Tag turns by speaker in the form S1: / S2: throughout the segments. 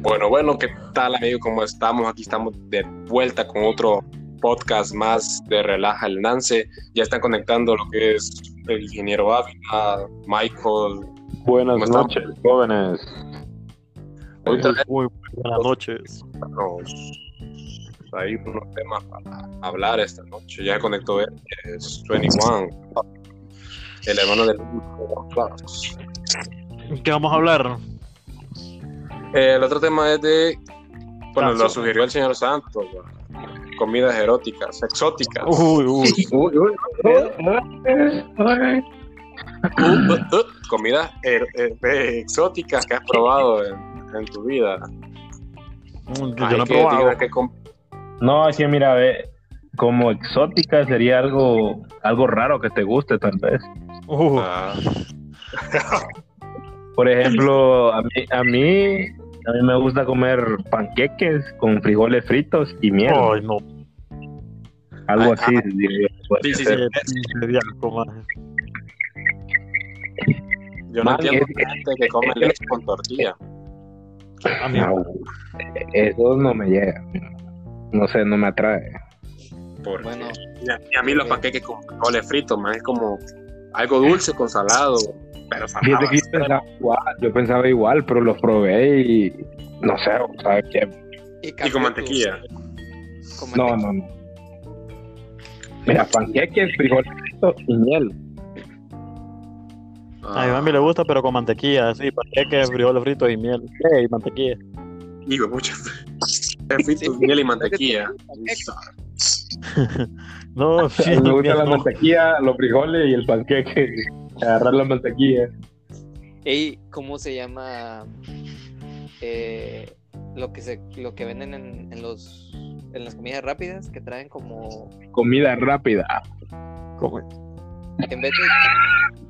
S1: Bueno, bueno, ¿qué tal, amigo? ¿Cómo estamos? Aquí estamos de vuelta con otro podcast más de Relaja el Nance. Ya están conectando lo que es el ingeniero Ávila, Michael.
S2: Buenas
S1: ¿Cómo
S2: noches, jóvenes.
S1: Hoy traemos
S3: Muy buenas noches.
S1: ahí unos temas para hablar esta noche. Ya se conectó él, que es 21, el hermano del.
S3: ¿Qué vamos a hablar?
S1: El otro tema es de. Bueno, lo
S3: Santos.
S1: sugirió el señor Santos. ¿verdad? Comidas eróticas, exóticas.
S3: Uy, uy.
S1: Uh, comidas er- er- eh, exóticas que has probado en, en tu vida.
S3: Yo
S1: Ay,
S3: no he
S1: que diga
S3: probado.
S1: que com-
S2: No, sí, mira, ve, como exótica sería algo, algo raro que te guste, tal vez.
S3: Uh,
S1: Ah,
S2: Por ejemplo, a mí, a mí, a mí me gusta comer panqueques con frijoles fritos y miel.
S3: Ay, no.
S2: algo
S1: ay, ah.
S2: así, diría yo, puede
S1: sí, sí,
S2: ser.
S1: sí.
S3: Qué pinche diablo, man.
S1: Yo no
S2: Man,
S1: entiendo
S2: es-
S1: gente que come
S2: es-
S1: leche con tortilla.
S3: A mí-
S2: No, eso no me llega. No sé, no me atrae.
S1: Por-
S4: Bueno,
S1: y, a, y a mí los panqueques con frijoles fritos, man, es como algo dulce con salado. Pero salado.
S2: Fíjate que yo pensaba igual, yo pensaba igual, pero los probé y no sé, ¿sabes qué?
S4: y,
S1: Y con mantequilla.
S2: No, no, no. Mira, panqueques, frijoles fritos y miel.
S1: Ah,
S3: A mi mami le gusta, pero con mantequilla, Ah. sí, panqueques, frijoles fritos y miel. Ey, mantequilla.
S1: Y mucho. Fritos, miel y mantequilla.
S3: No, sí,
S2: A mí me gusta
S3: miel,
S2: la
S3: no.
S2: mantequilla, los frijoles y el panqueque. Agarrar la mantequilla.
S4: Ey, ¿cómo se llama? Eh, lo que se, lo que venden en, en los en las comidas rápidas que traen como
S2: Comida rápida.
S3: Come-
S4: en vez de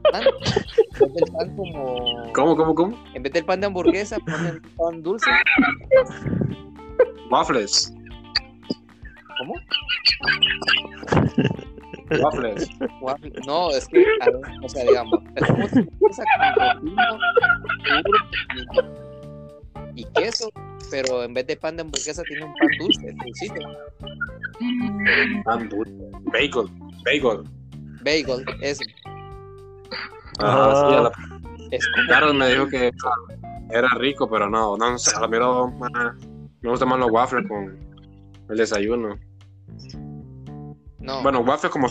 S4: pan, en vez del pan como
S1: ¿Cómo, cómo, cómo?
S4: en vez del pan de hamburguesa ponen pan dulce.
S1: Waffles.
S4: ¿Cómo?
S1: Waffles.
S4: Waffle. No, es que a ver, o sea, digamos, es como si fuese con tocino, huevo y y queso, pero en vez de pan de hamburguesa tiene un pan dulce, dulcito.
S1: Pan dulce. Bagel. Bagel.
S4: Bagel, eso.
S3: Ah,
S1: Ajá, sí, a la
S4: Es
S1: Carlos me dijo que era rico, pero no, no, sé, a la mero más- me gusta más los waffles con el desayuno.
S4: No,
S1: Bueno, waffles como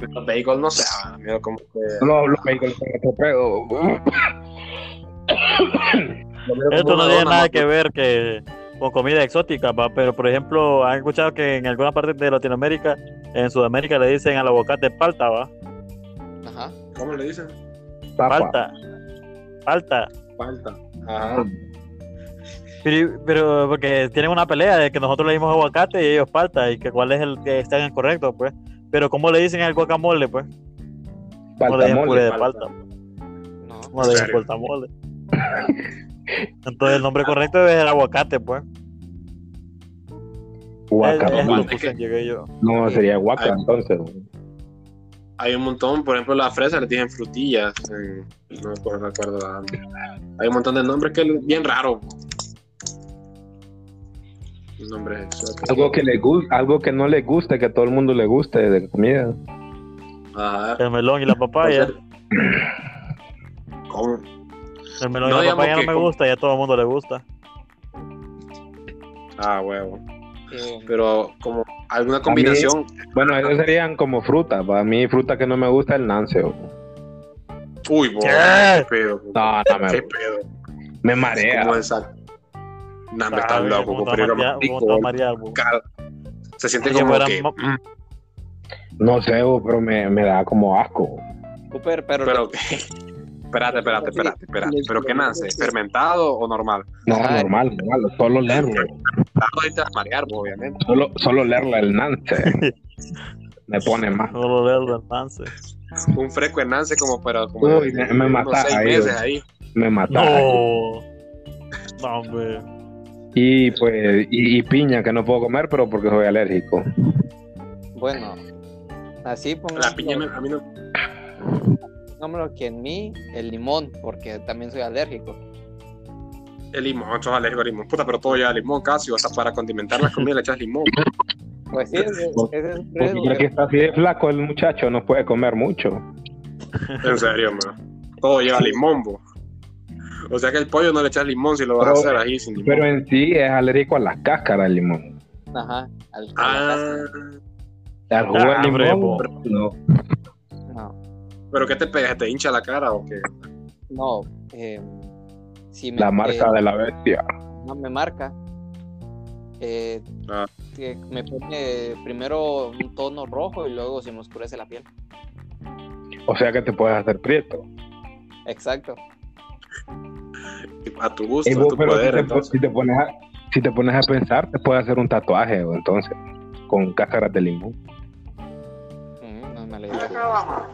S1: los bagels, no sé, a la mero como que
S2: No, los bagels con atropello.
S1: lo mero
S3: Esto
S1: como
S3: no
S1: una dona,
S3: tiene nada
S1: más
S3: que ver que con comida exótica, va, pero por ejemplo, han escuchado que en algunas partes de Latinoamérica, en Sudamérica le dicen al aguacate palta, va.
S4: ajá.
S1: ¿Cómo le dicen?
S2: Tapa.
S3: Palta. Palta.
S1: Falta.
S2: Ah,
S1: Ajá.
S3: Pero, pero porque tienen una pelea de que nosotros le dimos aguacate y ellos palta y que cuál es el que está en el correcto, pues. Pero ¿cómo le dicen al guacamole, pues? ¿Cómo le dicen puré
S2: Paltamole.
S3: de
S1: palta.
S3: palta?
S4: No,
S3: ¿Cómo le dicen
S1: Claro.
S3: paltamole? Entonces el nombre correcto es el aguacate, pues. Es- es la
S2: Guacamole.
S3: confusión, llegué yo.
S2: No, sería guaca
S1: Ay.
S2: entonces.
S1: Hay un montón, por ejemplo, las fresas le dicen frutillas. en- no me acuerdo, no recuerdo la- Hay un montón de nombres que es bien raro. Nombres exóticos.
S2: Algo que, le gu- algo que no le guste, que a todo el mundo le guste de comida.
S1: Ajá.
S3: El melón y la papaya.
S1: ¿Cómo?
S3: El melón
S1: No
S3: y la
S1: digamos
S3: papaya no
S1: que-
S3: me gusta y a todo el mundo le gusta.
S1: Ah, huevo.
S4: eh,
S1: Pero como alguna combinación.
S2: Bueno, esos serían como frutas. Para mí, fruta que no me gusta es el nance. bo.
S1: Uy, bo,
S3: ¿Qué?
S1: qué pedo. bo.
S2: No, no me,
S1: qué pedo.
S3: pues,
S2: me marea.
S1: ¿Cómo es esa? No, me está
S3: Ay,
S1: loco, bo,
S3: cómo te va
S1: pero
S3: a marear,
S1: rico,
S3: cómo te va a
S1: bo.
S3: marear, bo.
S1: Cal- Se siente
S3: Como si
S1: como
S3: fuera
S1: que.
S3: mo-
S1: mm,
S2: No sé, bo, pero me, me da como asco.
S4: Cooper, pero,
S1: Pero. Espérate, espérate, espérate, espérate. ¿Pero qué nace? ¿Fermentado o normal?
S2: No,
S4: Ay.
S2: normal, normal. Solo leerlo.
S1: Ah, ahorita vas a marear, bo, obviamente.
S2: Solo, solo leerla el nance. me pone más.
S3: No lo leo del lance.
S1: Un fresco en nance como para. Como
S2: Uy, me- me
S1: unos
S2: mata
S1: seis
S2: ahí,
S1: meses
S2: bo.
S1: ahí.
S2: Me mata.
S3: No. No, hombre.
S2: Y pues, y, y piña que no puedo comer, pero porque soy alérgico.
S4: bueno, así pongamos
S1: La piña me- a mí no.
S4: que en mí el limón, porque también soy alérgico.
S1: El limón, sos alérgico al limón. Puta, pero todo lleva limón casi. O sea, para condimentar la comida le echas limón.
S4: Pues sí, ese, ese es un
S2: Porque
S4: riesgo.
S2: ya que
S4: que-
S2: está así de flaco el muchacho, no puede comer mucho.
S1: En serio, man. Todo lleva limón, bo. O sea que el pollo no le echas limón si lo vas a
S2: Pero-
S1: hacer ahí sin limón.
S2: Pero en sí es alérgico a las cáscaras del limón.
S4: Ajá. Al, a la
S1: Ah,
S2: Al jugo
S3: Ah,
S2: del
S3: hombre,
S2: limón,
S3: po.
S2: no.
S4: casa. No,
S1: pero ¿qué te pegas? ¿Te hincha la cara o qué?
S4: no. eh, si me-
S2: La marca
S4: eh,
S2: de la bestia.
S4: no me marca. Eh,
S1: Ah.
S4: que me pone primero un tono rojo y luego se me oscurece la piel.
S2: O sea que te puedes hacer prieto.
S4: Exacto.
S1: A tu gusto,
S2: Ey,
S1: a
S2: vos,
S1: tu
S2: Eh, pero
S1: poder.
S2: si, te,
S1: entonces.
S2: si te pones a, si te pones a pensar, te puedes hacer un tatuaje, o entonces, con cáscaras de limón.
S4: Mm, no me
S5: ¿Qué
S4: alegro.
S5: trabaja?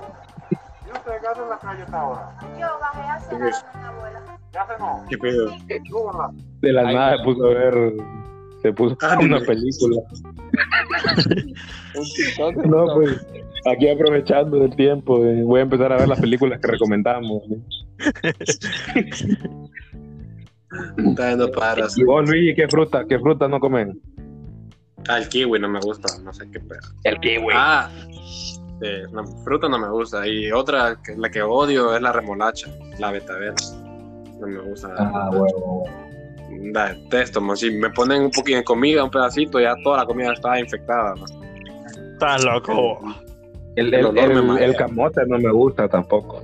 S5: Yo estoy gato en la calle hasta ahora.
S6: Yo bajé a cenar con mi abuela.
S5: Ya se no.
S1: ¿Qué pedo?
S5: Chúbala.
S2: De la
S4: Ay,
S2: nada
S4: no.
S2: se puso a ver, se puso a ver
S1: Anime.
S2: una película.
S4: Un TikTok,
S2: No,
S4: no.
S2: pues, aquí aprovechando el tiempo, eh, voy a empezar a ver las películas que recomendamos. ¿no?
S1: Puta, no paras.
S2: Y vos, Luigi, ¿qué fruta? ¿Qué fruta no comen?
S1: Ah, el kiwi no me gusta, no sé qué pedo.
S2: El kiwi.
S1: Ah, eh, la fruta no me gusta. Y otra, que la que odio es la remolacha, la betabel. No me gusta.
S2: Ah, huevo, huevo.
S1: La detesto, man. Si me ponen un poquito de comida, un pedacito, ya toda la comida está infectada. man.
S3: Estás loco.
S2: El,
S1: El
S2: el,
S1: olor me
S2: el-
S1: marea.
S2: el camote no me gusta tampoco.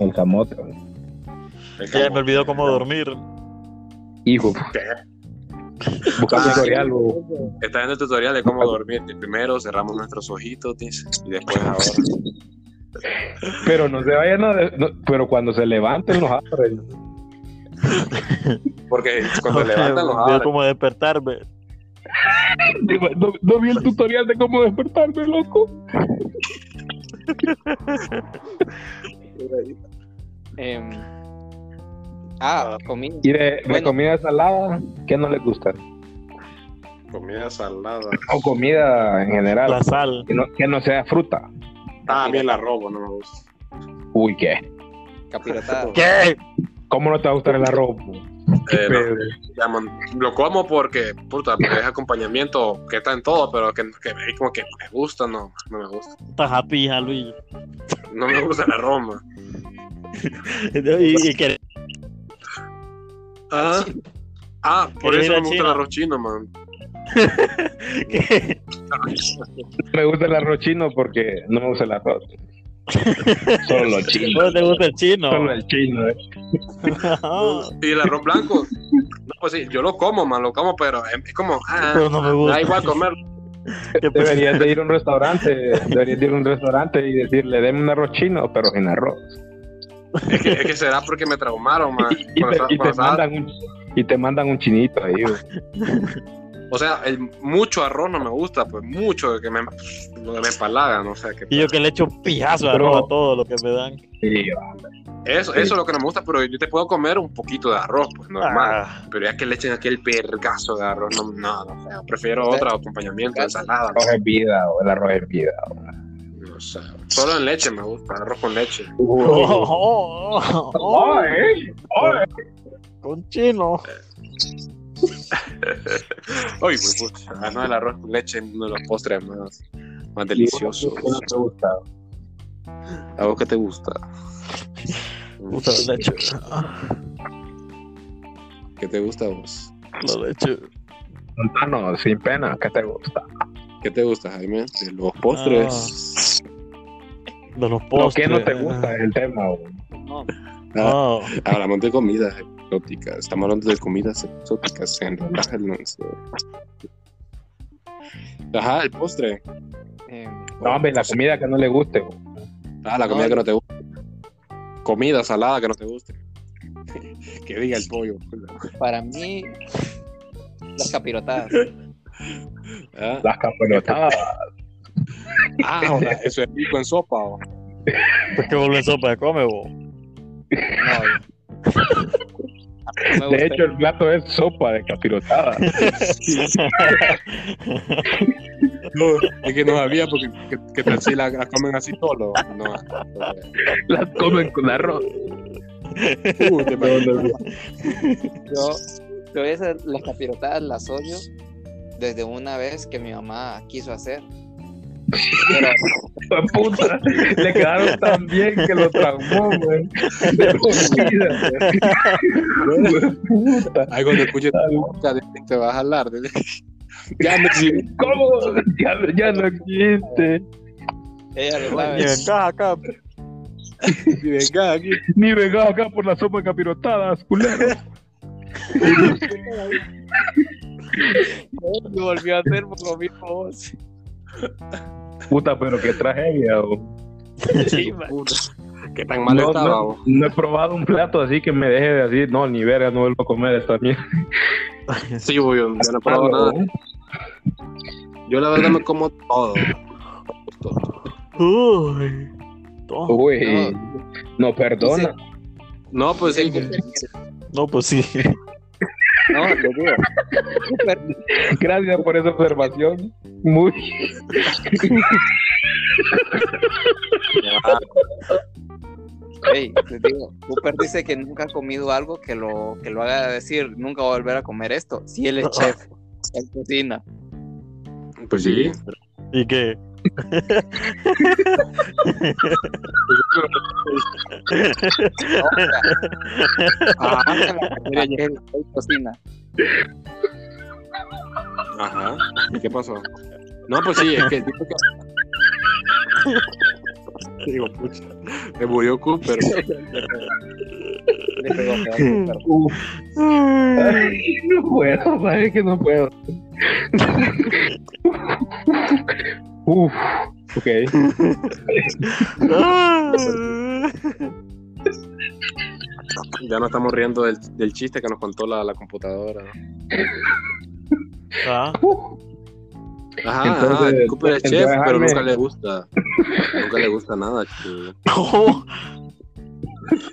S2: El camote.
S1: El
S3: Que ya
S1: camo-
S3: me olvidó cómo dormir.
S2: Hijo.
S1: ¿Qué?
S2: Busca
S1: Ah,
S2: tutorial, bo.
S1: Está viendo el tutorial de cómo dormir. Primero cerramos nuestros ojitos, dice, y después ahora.
S2: Pero no se vayan a... de- no- pero cuando se levanten los abren.
S1: Porque cuando levantan los
S3: Me olvidó
S1: abren.
S3: cómo despertarme.
S2: No, no vi el tutorial de cómo despertarme, loco.
S4: Em, ah, comí.
S2: Y de, de
S4: Bueno.
S2: comida salada, ¿qué no les gusta?
S1: Comida salada.
S2: O comida en general,
S3: La sal.
S2: que no, que no sea fruta.
S1: Ah, a mí el arrobo no me gusta.
S2: Uy, ¿qué?
S4: Capirotada.
S3: ¿Qué?
S2: ¿Cómo no te va a gustar el arroz? bo?
S1: Eh, no,
S2: Pero-
S1: ya, man, lo como porque, puta, porque es acompañamiento que está en todo, pero que, que es como que me gusta, no, no me gusta.
S3: Estás happy, ja, Luis.
S1: No me gusta la Roma.
S3: Y, y que
S1: Ah, ah por
S3: Querés
S1: eso
S3: ir
S1: no
S3: a
S1: me gusta el
S3: China.
S1: arroz chino, man.
S3: que-
S2: Me gusta el arroz chino porque no me gusta el arroz. Solo chino.
S3: no te gusta el chino.
S2: Solo el chino, eh.
S1: Y el arroz blanco, no, pues sí, yo lo como, man, lo como, pero es es como, ah,
S3: Pero no me
S1: da
S3: gusta.
S1: igual comer.
S3: Que pues,
S2: Deberías de ir a un restaurante, deberías de ir a un restaurante y decirle, deme un arroz chino, pero sin arroz.
S1: Es que, es que será porque me traumaron, man.
S2: Y
S1: Cuando estaba-
S2: te, y te
S1: cuando estaba-
S2: mandan un, y te mandan un chinito ahí. güey.
S1: O sea, el mucho arroz no me gusta, pues mucho, que me, lo que me empalaga, no sé qué.
S3: y yo que le echo un pijazo de
S2: Pero-
S3: arroz a todo lo que me dan.
S2: Y yo,
S1: Eso, eso es lo que no me gusta, pero yo te puedo comer un poquito de arroz, pues normal.
S3: Ah,
S1: Pero ya que le echen aquel pergazo de arroz, no, no, no, o sea, prefiero
S4: Sí.
S1: otro acompañamiento, ensalada,
S2: arroz es vida, o el arroz es vida.
S1: no, no sé. Solo en leche me gusta, arroz con leche.
S3: oh, oh, oh,
S2: Oh, eh.
S3: Con chino.
S1: Ay, pues, puta, ah, no, el arroz con leche es uno de los postres más, más deliciosos.
S2: ¿Qué no te gusta?
S1: ¿A vos qué te gusta?
S3: Puta, la leche.
S1: ¿Qué te gusta a vos?
S3: La leche.
S2: Contanos, Ah, sin pena, ¿qué te gusta?
S1: ¿Qué te gusta, Jaime? De los
S3: postres. De los
S2: Lo
S3: postres.
S2: que no te gusta es el tema. güey.
S4: No,
S3: No.
S1: Hablamos de comidas exóticas. Estamos hablando de comidas exóticas en relaja el anuncio. Ajá, el postre.
S4: em,
S2: No, hombre, la comida que no le guste. güey.
S1: Ah, la comida
S4: No,
S1: que no te gusta. Comida salada que no te guste. que diga el pollo. pues,
S4: para mí, las capirotadas.
S1: Ah,
S2: Las capelotadas.
S1: ah, o sea, eso es rico en sopa. o?
S3: Es que volver sopa de come, vos.
S4: No. No me gusta.
S2: De hecho, el plato es sopa de capirotada.
S1: No, es que no sabía porque que, que tal si la, la comen así solo. No,
S2: Las comen con arroz.
S1: Uy, Uh, te perdono, güey.
S4: Yo, yo esas, las capirotadas las odio desde una vez que mi mamá quiso hacer. Pero
S2: puta, le quedaron tan bien que lo traumó, güey. De por vida, güey. Güey, puta.
S1: Ay, cuando escuches esta boca, te vas a jalar. dile. Ya no existe.
S2: ¿Cómo? Ya, ya no existe.
S4: ella lo
S3: Ni
S4: sabe.
S3: vengas acá.
S1: Venga, aquí.
S2: Ni vengas acá por la sopa de capirotadas, culero.
S4: Y volvió a hacer por lo mismo vos.
S2: Puta, pero qué tragedia, güey.
S4: Sí, man.
S1: Puta, Qué tan mal
S2: no,
S1: estaba.
S2: no,
S1: bo.
S2: no he probado un plato así que me deje de decir, no, ni verga, no vuelvo a comer esta mierda.
S1: Sí, bo, yo, yo no he probado
S4: Ah,
S1: nada. Yo la verdad me como todo.
S3: Uy. No,
S2: Uy, no, perdona.
S1: No, pues sí.
S3: no, pues sí.
S4: No, lo digo. Súper.
S2: Gracias por esa observación. Muy.
S1: ya.
S4: Ey, les digo, Cooper dice que nunca ha comido algo que lo, que lo haga decir, nunca voy a volver a comer esto. Si él es chef, él cocina.
S1: Pues sí.
S3: ¿Y qué?
S2: Ah.
S1: Ajá.
S4: Mira, ya él, él cocina.
S1: Ajá. ¿Qué pasó? No, pues sí, es que el tipo que. Digo, pucha. Me murió Cooper.
S4: Le pegó feo a Cooper.
S2: Uf. Ay, no puedo, sabes que no puedo. Uf, ok.
S1: Ya no estamos riendo del, del chiste que nos contó la, la computadora.
S3: Ah,
S1: Ajá,
S2: Entonces,
S1: ajá, Cooper es
S2: entonces,
S1: chef, pero
S2: déjame-
S1: nunca le gusta. Nunca le gusta nada. Que,
S3: no.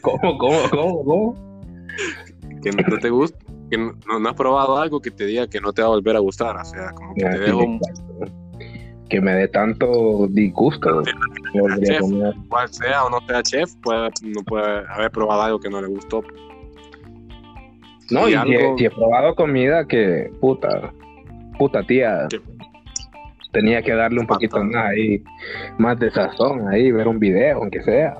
S2: ¿Cómo, cómo, cómo, cómo?
S1: que no te gusta. Que no, no has probado algo que te diga que no te va a volver a gustar. O sea, como que te dejo un
S2: Que me dé tanto disgusto. me volvería a comer.
S1: cual sea o no sea chef, puede, no puede haber probado algo que no le gustó.
S2: No,
S1: Y
S2: y, si,
S1: algo-
S2: he- si he probado comida que, puta, puta tía,
S1: ¿Qué?
S2: tenía que darle un poquito
S1: Fantasma.
S2: más ahí, más de sazón ahí, ver un video, aunque sea.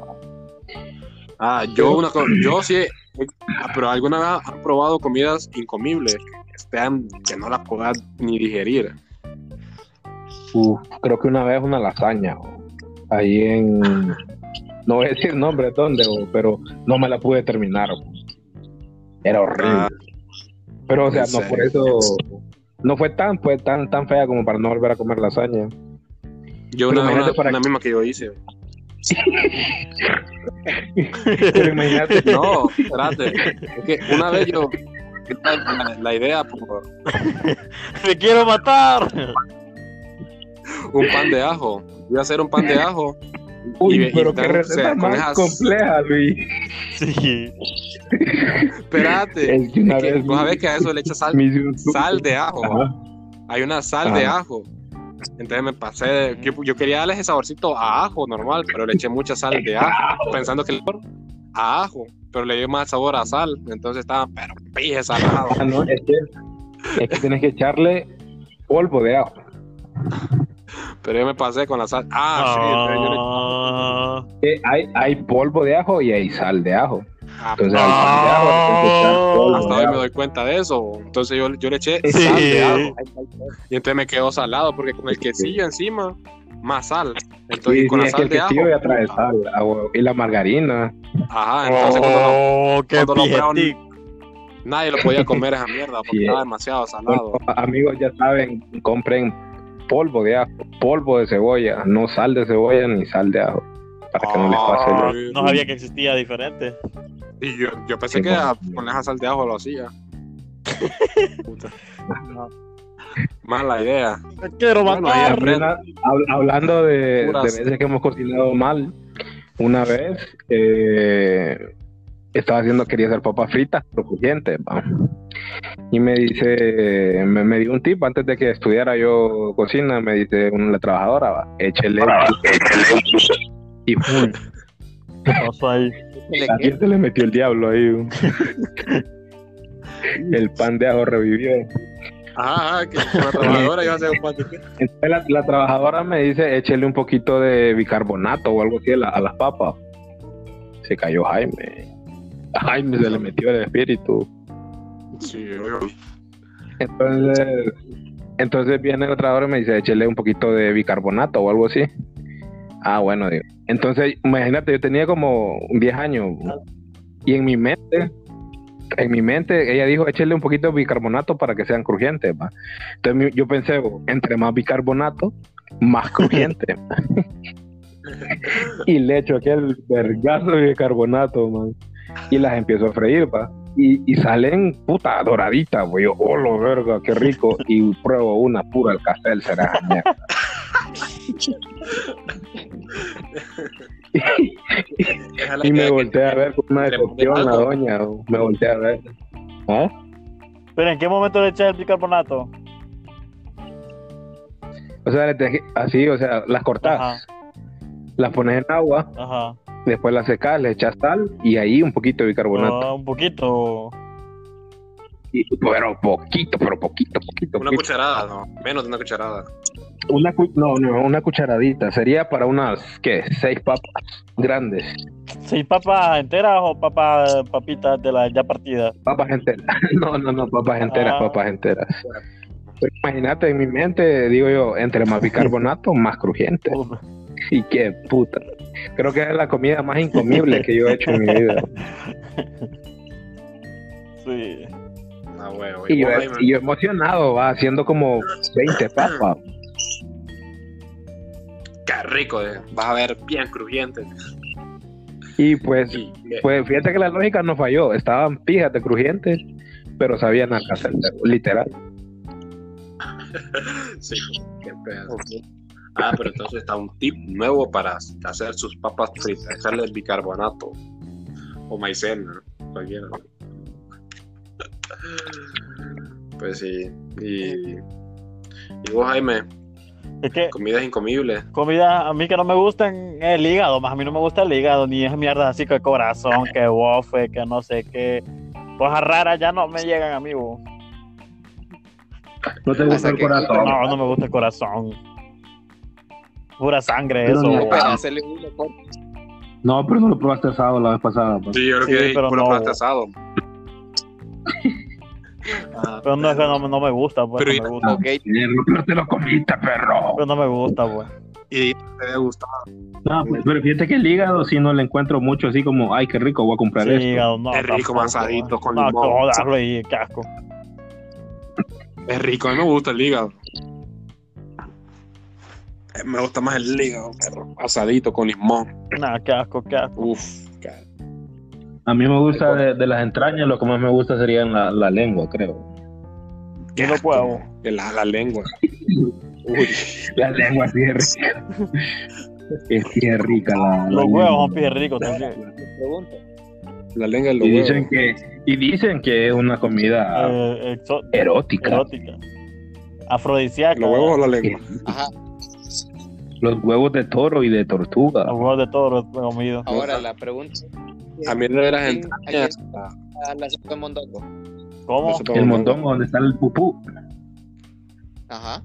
S1: Ah, yo una co- yo sí, he- ah, pero alguna vez han probado comidas incomibles que sean- que no las puedas ni digerir.
S2: Uf, creo que una vez una lasaña, o, ahí en, no voy a decir nombre dónde, o, pero no me la pude terminar. o. Era horrible.
S1: Ah.
S2: pero, o sea,
S1: en
S2: no por eso, no fue tan, fue tan, tan fea como para no volver a comer lasaña.
S1: Yo
S2: Pero
S1: una, una,
S2: imagínate para-
S1: una misma que yo hice.
S2: Pero imagínate,
S1: No, espérate. Es que una vez yo la, la idea por
S3: ¡Me quiero matar!
S1: un pan de ajo. Voy a hacer un pan de ajo.
S2: uy,
S1: y-
S2: pero
S1: y
S2: qué
S1: tan- o
S2: receta
S1: sea, con
S2: más
S1: esas-
S2: compleja, Luis.
S3: Sí.
S1: Espérate.
S2: Es que una
S1: Es que
S2: vez
S1: vos
S2: mi-
S1: sabés que a eso le echas sal,
S2: me hice un-
S1: sal de ajo.
S2: Ajá.
S1: Hay una sal
S2: Ajá.
S1: de ajo. Entonces me pasé. de- Yo, yo quería darle ese saborcito a ajo normal, pero le eché mucha sal de ajo, pensando que el sabor a ajo, pero le dio más sabor a sal. Entonces estaba, pero pije salado.
S2: Ah, no, es que, es que tienes que echarle polvo de ajo.
S1: Pero yo me pasé con la sal. Ah, sí. entonces yo le-
S3: Ah.
S2: Eh, hay, hay polvo de ajo y hay sal de ajo.
S1: Ah,
S2: Entonces,
S1: ah,
S2: al sal de ajo, le tienes que echar polvo
S1: hasta
S2: de
S1: hoy
S2: ajo.
S1: me doy cuenta de eso. Entonces yo, yo le eché
S3: Sí.
S1: sal de ajo. Y entonces me quedó salado, porque con el quesillo encima, más sal. Entonces
S2: Sí,
S1: y con
S2: sí,
S1: la
S2: es que
S1: sal
S2: el
S1: de ajo.
S2: quesillo ya trae sal ah, huevo, y la margarina.
S1: Ajá, entonces cuando lo-
S3: Ah, oh, qué
S1: cuando lo prueban-
S3: pijetic.
S1: Nadie lo podía comer esa mierda porque
S2: Sí.
S1: estaba demasiado salado.
S2: Bueno, amigos, ya saben, compren polvo de ajo, polvo de cebolla, no sal de cebolla ni sal de ajo, para que no les pase.
S1: Ah,
S2: lo-
S3: No sabía que existía diferente.
S1: Y yo, yo pensé
S2: Sí,
S1: que
S2: bueno.
S1: a- con esa sal de ajo lo hacía. Puta. Mala idea.
S3: ¡Me quiero
S1: Bueno, ahí
S3: matar!
S1: aprende.
S2: Una- hab- Ah, hablando de, de
S1: Puras.
S2: veces que hemos cocinado mal, una vez eh, estaba haciendo, quería hacer papas fritas, pero crujientes, va. Y me dice, me, me dio un tip antes de que estudiara yo cocina, me dice una trabajadora, va, échele. Y pum,
S3: No soy.
S4: Le-
S2: ¿A quién se le metió el diablo ahí? güey? el pan de ajo revivió.
S1: Ajá, ajá, que una trabajadora iba a hacer un pan de qué.
S2: Entonces la, la trabajadora me dice, échele un poquito de bicarbonato o algo así a, la- a las papas. Se cayó Jaime. A Jaime se le metió el espíritu.
S1: Sí, obvio.
S2: Entonces, entonces viene el trabajador y me dice, échele un poquito de bicarbonato o algo así. Ah, bueno, digo. Entonces, imagínate, yo tenía como 10 años y en mi mente, en mi mente, ella dijo, échele un poquito de bicarbonato para que sean crujientes. ¿va? Entonces mi- yo pensé, "Oh, entre más bicarbonato, más crujiente. y le echo aquel vergazo de bicarbonato, man. Y las empiezo a freír, va. Y, y salen, puta, doraditas, güey. Yo, Oh, lo verga, qué rico. Y pruebo una pura al castel, será. mierda.
S1: Déjala
S2: Y
S1: que-
S2: me volteé a ver con una
S1: Le pondré
S2: decepción la
S1: algo.
S2: doña. güey. Me volteé a ver. ¿Ah?
S3: Pero ¿en qué momento le echas el bicarbonato?
S2: O sea, le tejí- así, o sea, las cortás,
S1: Ah.
S3: Ajá,
S2: las pones en agua,
S3: ajá.
S2: después las secás, le echas sal y ahí un poquito de bicarbonato.
S3: Ah, un poquito.
S2: Y- pero poquito, pero poquito, poquito.
S1: Una
S2: poquito.
S1: cucharada, no, menos de una cucharada.
S2: Una cu- no, no, una cucharadita. Sería para unas, ¿qué? Seis papas grandes.
S3: ¿Seis papas enteras o papas papitas de las ya partidas?
S2: Papas enteras. No, no, no, papas enteras,
S3: Ah.
S2: papas enteras. Pero Imagínate, en mi mente, digo yo, entre más bicarbonato, más crujiente.
S3: Uf.
S2: Y qué puta. Creo que es la comida más incomible que yo he hecho en mi vida.
S3: Sí.
S1: Ah, huevo.
S2: Y yo,
S1: vos, Jaime,
S2: y yo emocionado, va haciendo como 20 papas.
S1: Qué rico, eh. vas a ver bien crujiente.
S2: Y pues,
S1: Y, eh,
S2: pues fíjate que la lógica no falló. Estaban pijas de crujientes, pero sabían alcanzar, literal.
S1: sí, qué pedo. Ah, pero entonces está un tip nuevo para hacer sus papas fritas, echarle bicarbonato o maicena, cualquiera. Pues sí, y, y vos Jaime,
S3: Es que
S1: comidas incomibles.
S3: comida a mí que no me gustan el hígado, más a mí no me gusta el hígado, ni esas mierdas así que corazón, que bofe, que no sé qué. Cosas raras ya no me llegan a mí, bo.
S2: No te
S4: gusta el corazón.
S3: No, no me gusta el corazón. Pura sangre,
S2: No,
S3: eso.
S2: no,
S3: bo.
S4: Para hacerle un mejor.
S2: No, pero no lo probaste asado la vez pasada. pues.
S1: Sí, yo creo
S3: Sí,
S1: que es
S3: pero
S1: puro
S3: no.
S1: plasta asado. Ah,
S3: Pero no es que no, no me gusta, pues.
S1: Pero
S3: no
S1: ya-
S3: me gusta,
S4: Ok,
S2: Pero te lo comiste, perro.
S3: pero no me gusta, pues.
S1: Y te debe gustar.
S2: No, pues, pero fíjate que el hígado sí no le encuentro mucho así como, ay, qué rico, voy a comprar
S3: Sí,
S2: esto.
S3: hígado, no.
S1: Es rico,
S3: tampoco,
S1: masadito,
S3: bo.
S1: con
S3: No,
S1: limón.
S3: que jodarlo y qué asco.
S1: Es rico, a mí me gusta el hígado. Eh, Me gusta más el hígado, pero asadito con limón.
S3: Nah, qué asco, qué asco.
S1: Uf, ca-
S2: A mí me gusta de, de las entrañas, lo que más me gusta serían la, la lengua, creo.
S1: qué
S3: Yo no
S1: asco.
S3: puedo.
S1: La, la lengua. Uy,
S2: La lengua sí es rica. es sí es rica la, la
S3: Los
S2: lengua.
S3: huevos son bien ricos también.
S4: pregunta.
S1: la lengua de los
S2: Y dicen,
S1: huevos.
S2: que, y dicen que es una comida
S3: Eh, exo-
S2: erótica.
S3: erótica. Afrodisíaca.
S1: ¿Los huevos o la lengua?
S4: Ajá,
S2: Los huevos de toro y de tortuga.
S3: Los huevos de todo lo he comido.
S2: Ah,
S4: ahora la pregunta.
S1: A mí no eran
S4: ¿Quién- ¿A quién
S1: entrañas.
S4: a la sopa de mondongo?
S3: ¿Cómo?
S1: No se puede comer.
S2: El mondongo, donde está el pupú.
S4: Ajá.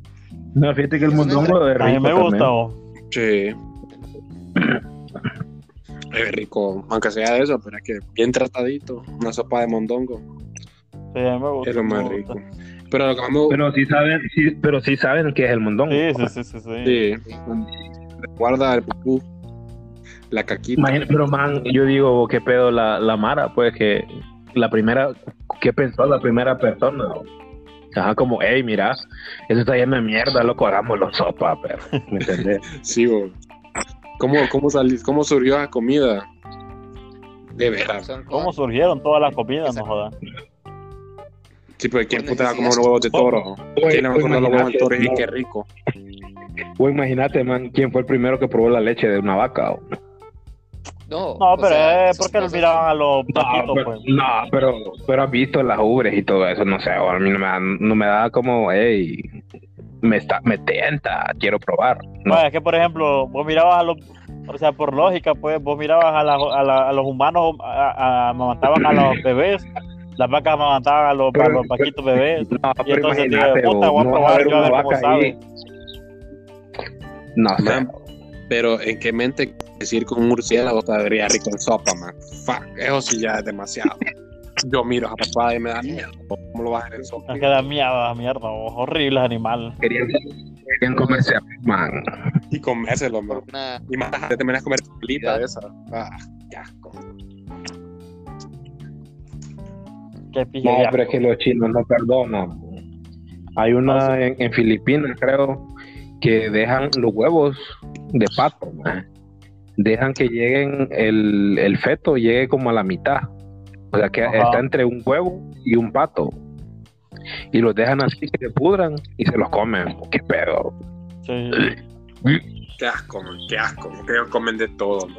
S2: No, fíjate que el mondongo es rico.
S3: A mí me gusta,
S2: también.
S3: vos.
S1: Sí. Es rico, aunque sea de eso, pero es que bien tratadito. Una sopa de mondongo
S3: Sí, a mí me gusta.
S1: es lo
S3: me
S1: más
S3: gusta.
S1: rico. Pero lo que más me gusta.
S2: Pero sí saben, sí, pero sí saben que es el mondongo.
S3: Sí, sí, sí, sí. sí.
S1: Sí. Guarda el pupú, la caquita.
S2: Imagina- pero man, yo digo, qué pedo la, la Mara, pues que la primera, ¿qué pensó la primera persona? Ajá, como, hey, mira, eso está lleno de mierda, loco, hagámoslo sopa, pero, ¿me entendés?
S1: Sí, bo. ¿Cómo, cómo, salí- ¿Cómo surgió la comida? De veras.
S4: Son
S3: ¿Cómo
S4: con-
S3: surgieron todas las comidas? No jodas.
S1: Sí, pero ¿quién
S4: Con
S1: puta va a comer
S4: necesidad.
S1: los huevos de toro? ¿Quién le va a
S2: pues,
S1: comer los huevos de toro? Y qué rico.
S2: o imagínate, man, quién fue el primero que probó la leche de una vaca. o?
S4: No,
S3: No,
S4: o
S3: pero
S4: sea,
S3: es
S4: son
S3: porque lo
S4: cosas-
S3: miraban a los paquitos,
S2: pero,
S3: pues.
S2: no, pero, pero has visto las ubres y todo eso, no sé, o a mí no me da, no me da como, hey, me, está, me tenta, quiero probar. No.
S3: Pues, Vaya, es que por ejemplo, vos mirabas a los O sea, por lógica, pues vos mirabas a, la- a, la- a los humanos, a, a- amamantaban a los bebés, las vacas amamantaban a los, a los vaquitos bebés.
S2: No,
S3: Y
S2: pero
S3: entonces dije,
S2: imagínate,
S3: puta, voy a
S2: no va a
S3: probar
S2: haber
S3: yo a
S2: una
S3: ver cómo
S2: vaca ahí.
S3: sabe.
S2: No sé.
S1: Man, pero en qué mente decir que un murciélago sabría rico en sopa, man. Fuck, eso sí ya es demasiado. Yo miro esa papada y me da miedo. ¿Cómo lo vas a hacer en sopa?
S3: Es que la mierda, mierda, vos, horribles animales.
S2: Querían, querían comerse a man.
S1: Y comérselo, man.
S4: Una-
S1: Y más tarde terminas de comer colita de esa. Ah, ya,
S3: Qué pije.
S2: No,
S3: de
S2: pero es
S3: asco.
S2: que los chinos no perdonan. Hay una en, en Filipinas, creo, que dejan los huevos de pato, man. dejan que lleguen el, el feto, llegue como a la mitad. O sea, que
S3: Ajá.
S2: está entre un huevo y un pato. Y los dejan así, que se pudran y se los comen. Qué pedo.
S3: Sí.
S1: qué asco, man, qué asco. man, Que ellos comen de todo, man.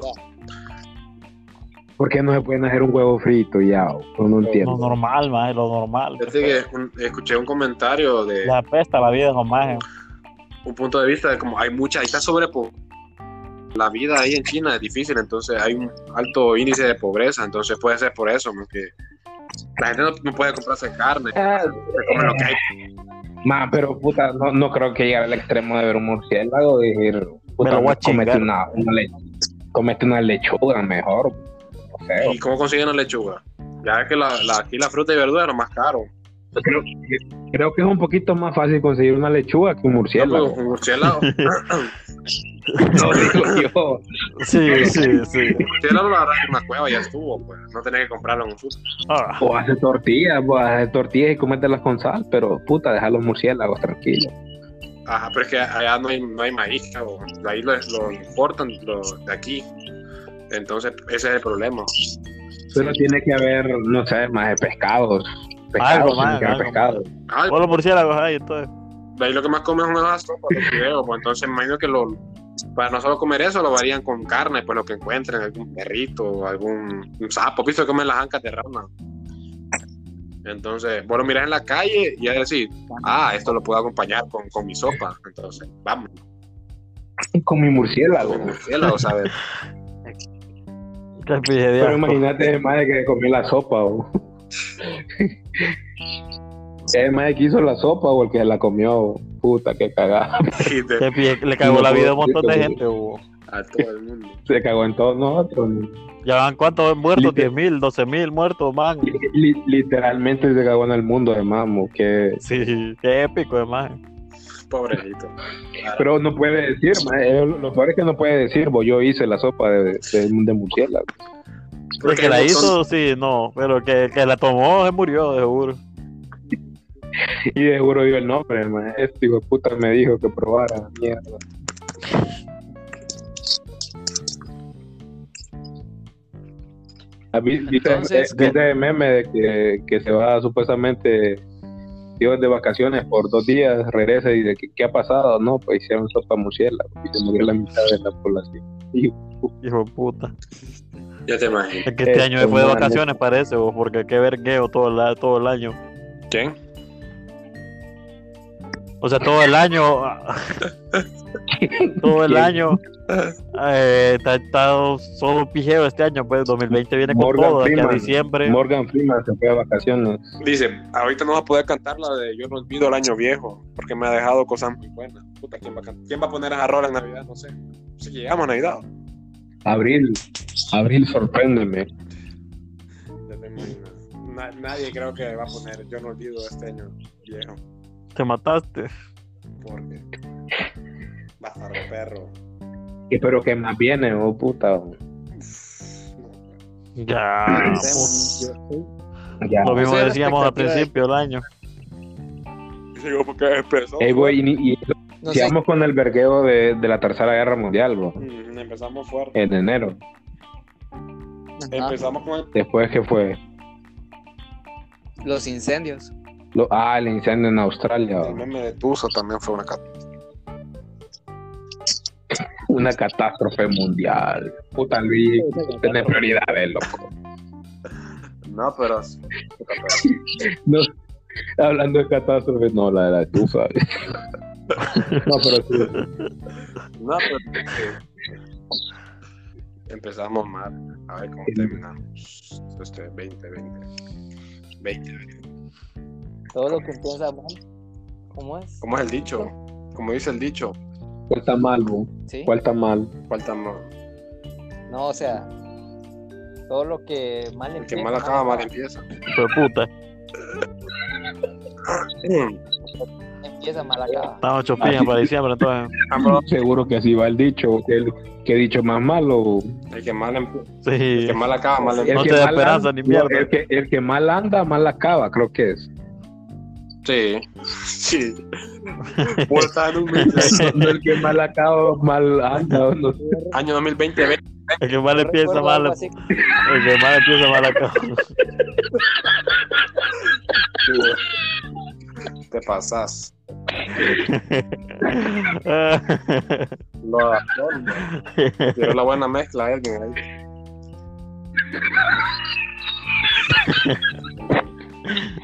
S2: ¿Por qué no se pueden hacer un huevo frito ya? No, no entiendo.
S3: Lo normal, maje, lo normal.
S1: Fíjate que un- escuché un comentario de
S3: La pesta la vida de los majes.
S1: un punto de vista de como hay mucha, ahí está sobre po- la vida ahí en China es difícil, entonces hay un alto índice de pobreza, entonces puede ser por eso, man, que la gente no, no puede comprarse carne,
S2: Ah,
S1: se come lo que hay.
S2: Ma, pero puta, no, no creo que llegar al extremo de ver un murciélago y decir, puta,
S3: Me lo voy a
S2: comete
S3: chingar.
S2: una, una le- comete una lechuga mejor. No sé.
S1: ¿Y cómo consiguen la lechuga? Ya es que la, la- aquí la fruta y verdura es lo más caro.
S2: Yo Pues creo, que- creo que es un poquito más fácil conseguir una lechuga que un
S1: No,
S2: murciélago.
S1: pues, un murciélago,
S3: pues,
S2: No, digo yo.
S3: Sí, sí, sí.
S1: un murciélago lo agarras en una cueva y ya estuvo, pues. No tenés que comprarlo en un súper.
S3: Ah,
S2: O hace tortillas, o hace tortillas y comételas con sal, pero puta, deja los murciélagos tranquilos.
S1: Ajá, pero es que allá no hay, no hay maíz, chavo. De ahí lo, lo importan lo- de aquí. Entonces, ese es el problema.
S2: Pero tiene que haber, no sé, más de pescados. Pescados,
S3: Algo
S2: tiene
S3: más,
S2: que haber
S3: algo
S2: pescados.
S1: Ay,
S3: Vos los murciélagos ahí, entonces.
S1: de ahí lo que más comen son las sopas, los fideos, pues entonces me imagino que lo, para no solo comer eso, lo varían con carne, pues lo que encuentren, algún perrito, algún un sapo, visto que comen las ancas de rana. Entonces, vos lo mirás en la calle y ya decís, ah, esto lo puedo acompañar con, con mi sopa. Entonces, vamos,
S2: Con mi murciélago.
S1: con murciélago, ¿sabes?
S3: Qué pije de
S2: Pero
S3: asco.
S2: imagínate, madre, que comió la sopa, o. El madre que hizo la sopa o el que la comió, bo. puta, que cagada.
S1: Y de-
S3: Qué pije- Le cagó
S2: No
S3: la
S2: puedo
S3: vida a un montón de
S2: decirlo,
S3: gente, bo.
S1: a todo el mundo.
S2: Se cagó en todos nosotros. ¿no?
S3: Ya van cuántos muertos,
S2: Liter-
S3: 10.000, 12.000 muertos, man.
S2: Li- li- literalmente se cagó en el mundo, además, mo, que...
S3: Sí, qué épico, eh, man.
S1: Pobrecito.
S2: Pero no puede decir, madre, lo lo peor es que no puede decir, bo, yo hice la sopa de, de, de murciélago.
S3: El
S1: Porque
S3: que la
S1: hay un montón-
S3: hizo, sí, no. Pero que, que la tomó, se murió, de seguro.
S2: Y de seguro dio el nombre, madre. Este hijo de puta me dijo que probara, mierda. A mí, dice,
S4: Entonces,
S2: eh, dice el meme de que, que se va supuestamente Dios de vacaciones por dos días, regresa y dice, ¿qué, qué ha pasado? No, pues hicieron sopa murciélago y se murió la mitad de la población.
S3: Hijo de puta.
S1: Ya te imagino.
S3: Es que este
S2: Eh,
S3: año se fue de
S2: man,
S3: vacaciones, parece, bo, porque qué vergueo todo, el a- todo el año.
S1: ¿Quién?
S3: O sea, todo el año. todo el
S2: ¿Quién?
S3: año. eh, Está estado solo pijeo este año, pues 2020 viene con
S2: Morgan
S3: todo, de aquí a
S2: Freeman.
S3: diciembre.
S2: Morgan Freeman se fue de vacaciones.
S1: Dice, ahorita no vas a poder cantar la de Yo no olvido el año viejo, porque me ha dejado cosas muy buenas. Puta, ¿quién va a, can- quién va a poner a Jarrol en Navidad? No sé. Si llegamos a Navidad.
S2: Abril, abril, sorpréndeme.
S1: Ya te imaginas. Na- nadie creo que va a poner Yo no olvido este año viejo,
S3: Te mataste.
S1: porque va a estar de perro.
S2: Y pero que más viene, oh puta. oh.
S3: Ya.
S4: Pensemos,
S2: Ya.
S3: Lo mismo
S4: Esa es la
S3: decíamos al
S4: expectativa de-
S3: principio del año.
S1: Dice yo, porque empezó.
S2: Ey, güey, y- y-
S4: no sé,
S2: Sigamos con el vergueo de, de la Tercera Guerra Mundial, bro,
S1: Mm, Empezamos fuerte.
S2: en enero. Ah.
S4: ajá,
S1: Empezamos con el
S2: Después que fue
S4: los incendios.
S2: lo- ah, el incendio en Australia,
S1: el
S2: bro.
S1: meme de Tuso, también fue una cat-
S2: una catástrofe mundial. Puta Luis, tenés prioridades, loco.
S1: No, pero. puta, pero-
S2: No, hablando de catástrofe, no, la de la tufa. No, pero sí,
S1: No, pero. empezamos mal. A ver cómo terminamos. Este 20, 20. 20, 20.
S4: Todo lo que empieza mal. ¿Cómo es?
S1: ¿Cómo es el dicho? Como dice el dicho,
S2: ¿Cuál está mal, bo?
S4: ¿Sí?
S2: ¿Cuál está mal?
S1: falta más.
S4: No, o sea, todo lo que mal
S1: El
S4: empieza.
S1: que mal acaba, mal empieza.
S3: Hijo de puta.
S1: em-
S4: Empieza mal acaba.
S3: Estamos
S2: Ah,
S3: chopillas para diciembre, entonces.
S2: Seguro que así va el dicho. que el- que dicho más malo?
S1: El que mal, emp- el
S3: Sí.
S1: que mal acaba, mal
S2: El
S1: empieza.
S3: No
S2: que
S3: te da
S2: mal
S3: esperanza
S2: anda-
S3: ni mierda.
S2: no, el, que, el que mal anda, mal acaba, creo que es.
S1: Sí. Sí. Voy a estar en un mes.
S2: No, el que mal acaba, mal anda. No sé.
S1: Año 2020,
S3: El que mal
S4: Yo
S3: empieza,
S4: recuerdo
S3: mal.
S4: algo así,
S3: El que mal empieza, mal acaba.
S1: te pasas. No, Pero la buena mezcla, eh, alguien ahí.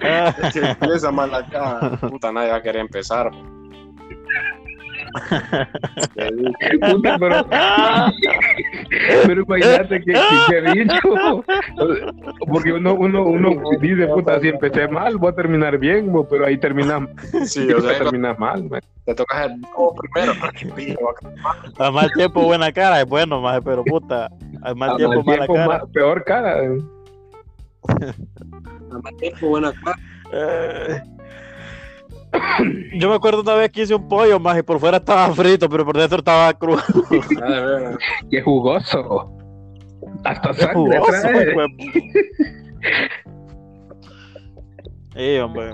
S1: El que empieza mal acá, puta, nadie va a querer empezar. Sí.
S2: Puta, pero, pero imagínate que, que, que dicho. Porque uno, uno, uno dice, puta, si empecé mal, voy a terminar bien, bo, pero ahí terminas
S1: Sí, o sea,
S2: terminas mal. man.
S1: te tocas el codo primero. ¿no?
S3: A más tiempo, buena cara. Es bueno, más, pero puta. A
S2: Al
S3: más tiempo, mala
S2: tiempo,
S3: cara.
S2: ma- peor cara.
S3: Eh. Yo me acuerdo una vez que hice un pollo más y por fuera estaba frito, pero por dentro estaba crudo.
S1: Ah, de veras.
S2: Qué jugoso. Hasta
S3: Qué
S2: sangre
S3: jugoso, pues,
S2: trae.
S3: güey. Sí, hombre.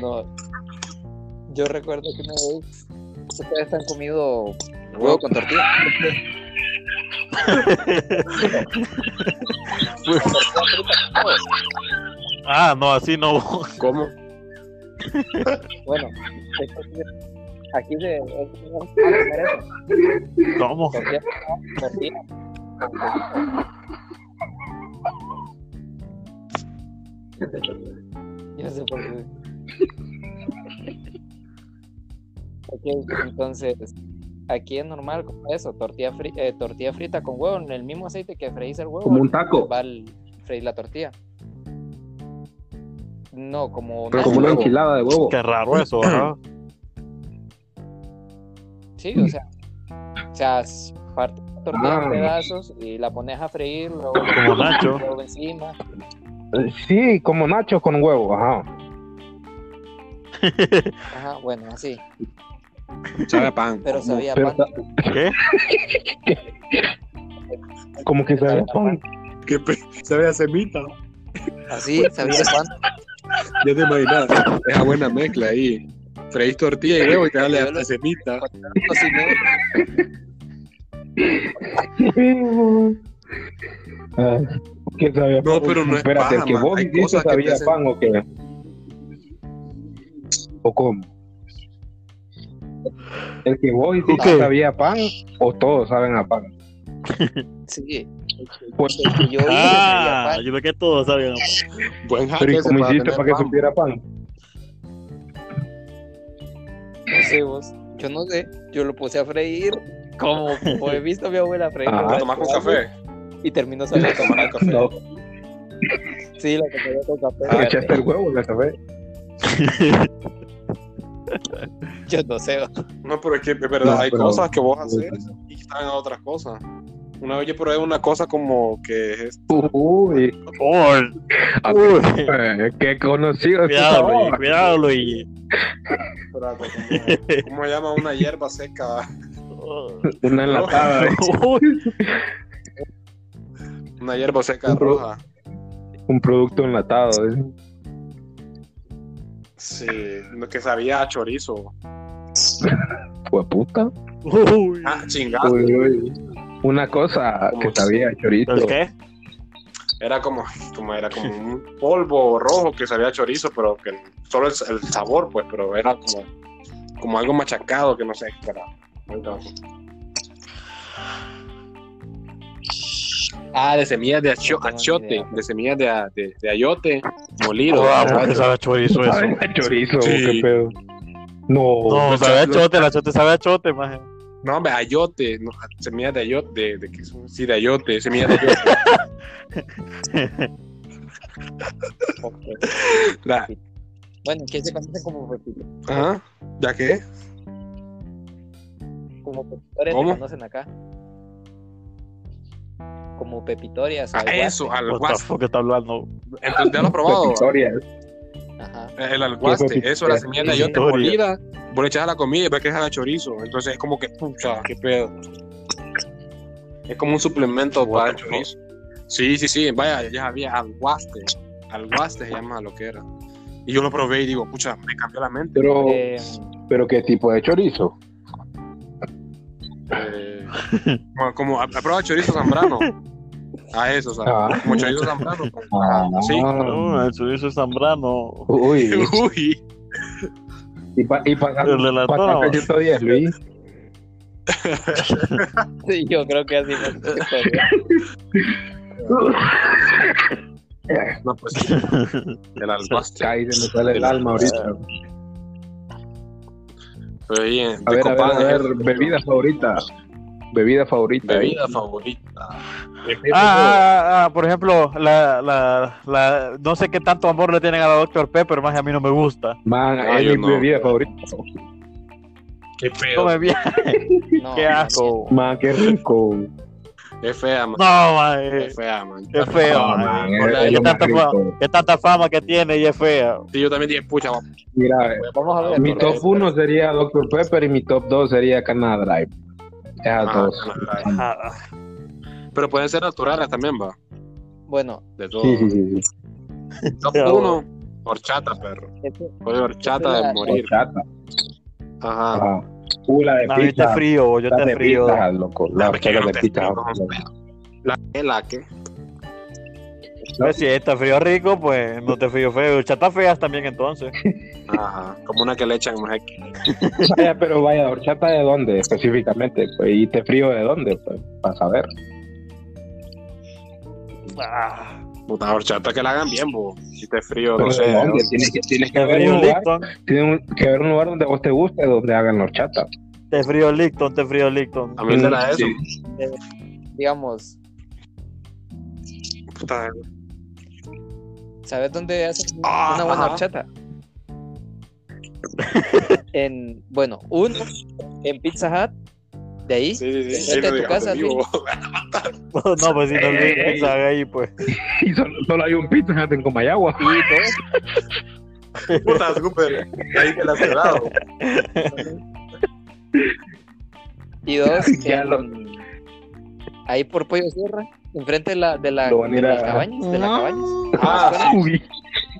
S4: No. Yo recuerdo que una vez ustedes están comido huevo con tortilla.
S3: Ah, no, así no.
S1: ¿Cómo?
S4: Bueno, aquí se es- no se puede comer eso.
S3: ¿Cómo?
S4: Tortilla, tortilla. Yo sé por qué. Ok, entonces aquí es normal como eso, tortilla, fri- eh, tortilla frita con huevo, en el mismo aceite que freís el huevo.
S2: Como un taco.
S4: va al freír la tortilla. No, como
S1: Pero
S4: nacho,
S2: Como una
S4: huevo.
S2: enchilada de huevo.
S3: Qué raro eso, ah. ¿verdad?
S4: Sí, o sea, o sea, s- parte la tortilla
S2: Ah.
S4: en pedazos y la pones a freír, luego
S3: Como nacho.
S4: luego encima.
S2: Sí, como nachos con huevo. Ajá.
S4: Ajá, bueno, así.
S1: Sabe a pan.
S4: Pero sabía
S2: Pero
S4: pan.
S3: ¿Qué?
S2: Como que se
S4: pan.
S1: ¿Qué pe- sabe a semita.
S4: Así, sabía pan.
S1: Ya te imaginas. Esa buena mezcla ahí. Freís tortilla y huevo y te dale
S4: Yo lo-
S1: hasta semita.
S4: Cociné.
S2: Ah, ¿Qué sabía?
S1: No, pero no es paja,
S2: Espérate, el que
S1: man.
S2: vos
S1: Hay
S2: dijiste
S1: cosas que te
S2: sabía
S1: hacen-
S2: pan o qué? ¿O cómo? ¿El que vos dijiste
S3: Ok.
S2: sabía a pan o todos saben a pan?
S4: Sí.
S2: Pues,
S4: Y Yo hice
S3: Ah,
S4: sabía
S3: yo me que todos sabían.
S1: Buen
S2: pero ¿y
S1: ese
S2: cómo hiciste
S1: tener
S2: para que
S1: pan.
S2: supiera pan?
S4: pan. No sé vos. Yo no sé. Yo lo puse a freír. Como como he visto a mi abuela freír.
S2: Ajá.
S1: ¿Lo tomás con café?
S4: Y terminó sabiendo
S1: Tomar
S4: tomar.
S1: café. Ah,
S2: No,
S4: Sí, lo que tenía con
S2: le
S4: café.
S2: Ah, echaste el huevo, le sabés.
S4: Yo no sé.
S1: No, pero es que es verdad,
S2: No,
S1: hay
S2: pero- pues,
S1: cosas que vos haces y que saben a otras cosas. Una vez yo probé una cosa como que es
S2: Uy,
S3: Por. Uy.
S2: eh, qué conocido es tu
S3: Cuidado, Luigi.
S2: sabor.
S3: Cuidado, Luigi.
S1: como, ¿cómo se llama? Una hierba seca,
S2: Una enlatada,
S3: Uy,
S1: una hierba seca
S2: Un pro-
S1: roja.
S2: un producto enlatado. ¿eh?
S1: Sí, lo que sabía a chorizo.
S2: Hueputa.
S3: uy.
S1: Ah, chingada.
S2: Uy, uy. Una cosa que sabía chorizo.
S3: ¿El qué?
S1: Era como, como era como un polvo rojo que sabía a chorizo, pero que solo el, el sabor, pues, pero era como, como algo machacado que no sé qué era. Entonces, Ah, de semillas de acho-
S4: No tengo ni
S1: achiote,
S4: idea.
S1: de semillas de, a- de, de ayote, molido.
S3: Ah,
S1: ¿verdad?
S3: porque sabe a chorizo eso.
S2: Sabe a chorizo,
S1: Sí.
S2: qué pedo. No,
S3: No, sabe a chote, la chote sabe a chote, maje.
S1: No, hombre, ayote, no, semilla de ayote, de, de que es un- sí, de ayote, semilla de ayote. La-
S4: Bueno, que se conocen como repito.
S1: ajá, ¿Ya qué?
S4: Como pepitorias
S1: ¿Cómo?
S4: se conocen acá. Como pepitorias. o
S1: A
S4: alguaces.
S1: Ah, eso, al
S3: What the
S1: guaste.
S3: fuck está hablando?
S1: Entonces, ya lo has probado.
S2: Victoria.
S4: Ajá.
S1: El alguaste,
S2: Qué
S1: eso, la
S2: pepitoria.
S1: semilla de ayote
S3: Pepitoria.
S1: molida. Vos le echas a la comida y después que es a la chorizo. Entonces es como que, pucha, qué pedo. Es como un suplemento para el chorizo. Sí, sí, sí, vaya, ya había alguaste. Alguaste se llama lo que era. Y yo lo probé y digo, pucha, me cambió la mente.
S2: Pero,
S4: Eh,
S2: pero qué tipo de chorizo.
S1: Eh, como, como a, a prueba de chorizo zambrano. A eso, o sea,
S2: Ah.
S1: como chorizo zambrano. pues,
S2: Ah,
S1: sí.
S3: No, el suizo Zambrano.
S2: Uy,
S1: Uy,
S2: y, pa, y pa-
S3: El relator.
S2: patata 110, Luis.
S4: sí, yo creo que así no se puede.
S1: no, pues sí. El alguaste.
S2: Ay, se me sale el alma ahorita.
S1: Pero bien,
S2: A
S1: de
S2: ver, a ver,
S1: Copán,
S2: a ver,
S1: eh,
S2: bebida favorita. Bebida favorita.
S1: Bebida favorita.
S3: Ah,
S2: pues, eh.
S3: ah, ah, por ejemplo, la, la, la, no sé qué tanto amor le tienen a la Dr. Pepper, más a mí no me gusta.
S2: Man,
S1: Ah, yo
S2: es mi
S1: no.
S2: bebida favorita.
S1: Qué
S2: eh,
S3: No
S1: pedo.
S3: me vi-
S4: No,
S3: qué asco.
S2: Man, qué rico.
S1: Es fea, man.
S3: No, man, eh,
S1: Es fea, man.
S3: es feo.
S2: Ah,
S3: man.
S2: man,
S1: Hola,
S2: es, es
S1: yo
S2: lo más
S3: tampoco-
S2: rico.
S3: Que tanta fama que tiene y es fea.
S1: Sí, yo también dije, pucha, va-
S2: Mira,
S4: Vamos a ver.
S2: mi top 1 sería Dr. Pepper y mi top 2 sería Canada Drive. Esas
S1: ah,
S2: dos.
S1: ah,
S3: Ah,
S1: Pero pueden ser naturales también, va.
S4: Bueno,
S1: De todo.
S2: Sí, sí, sí. sí.
S1: Top
S3: Ya,
S1: 1, horchata, perro.
S4: este-
S1: Oye, horchata de morir.
S2: Horchata.
S1: Ajá.
S2: Ajá. Uh, la de
S3: no, yo te
S2: pizza.
S3: frío, yo
S2: La
S3: te
S2: de
S3: frío.
S2: pizza, loco. La
S1: No, es que yo
S2: horchata
S1: no
S2: de
S1: te
S2: pizza.
S1: explico, no, La que, la que.
S3: Pues si está frío rico, pues no te frío feo. Chatas feas también entonces.
S1: Ajá. Como una que le echan mujer que-
S2: Vaya, Eh, Pero vaya, horchata de dónde específicamente, pues, y te frío de dónde, pues, para saber.
S3: Ah,
S1: Puta horchata que la hagan bien, bo. Si te frío,
S2: Pero
S1: no
S2: ¿de
S1: sé.
S2: dónde? Tienes que, tienes que
S3: te
S2: ver
S3: frío
S2: un lugar,
S3: Licton,
S2: tiene un- que ver un lugar donde a vos te guste, donde hagan la horchata.
S3: te frío Licton, te frío Licton.
S1: A mí me la de eso.
S2: Mm, Sí.
S4: digamos,
S1: Puta.
S4: ¿sabes dónde hacen
S1: Ah,
S4: una buena
S1: ajá.
S4: horchata? en, bueno, uno, en Pizza Hut, de ahí,
S1: Sí, sí, sí.
S4: Vete a Este, tu
S1: lo
S4: casa,
S1: digo,
S4: Luis.
S1: bo.
S3: No, pues si no
S4: Eh,
S2: Ey, ey, ey.
S3: Licton sabe ahí, pues.
S2: Y solo, solo hay un pizza Hut en Comayagua.
S4: y dos,
S1: Puta, súper. Ahí te la has cerrado.
S4: Y dos,
S2: Ya
S4: en-
S2: lo-
S4: ahí por Pollo Sierra, enfrente de la de la
S2: Lo van a
S4: de
S2: ir
S4: las
S2: a-
S4: cabañas, de las cabañas.
S1: Ah, sí.
S2: Uy,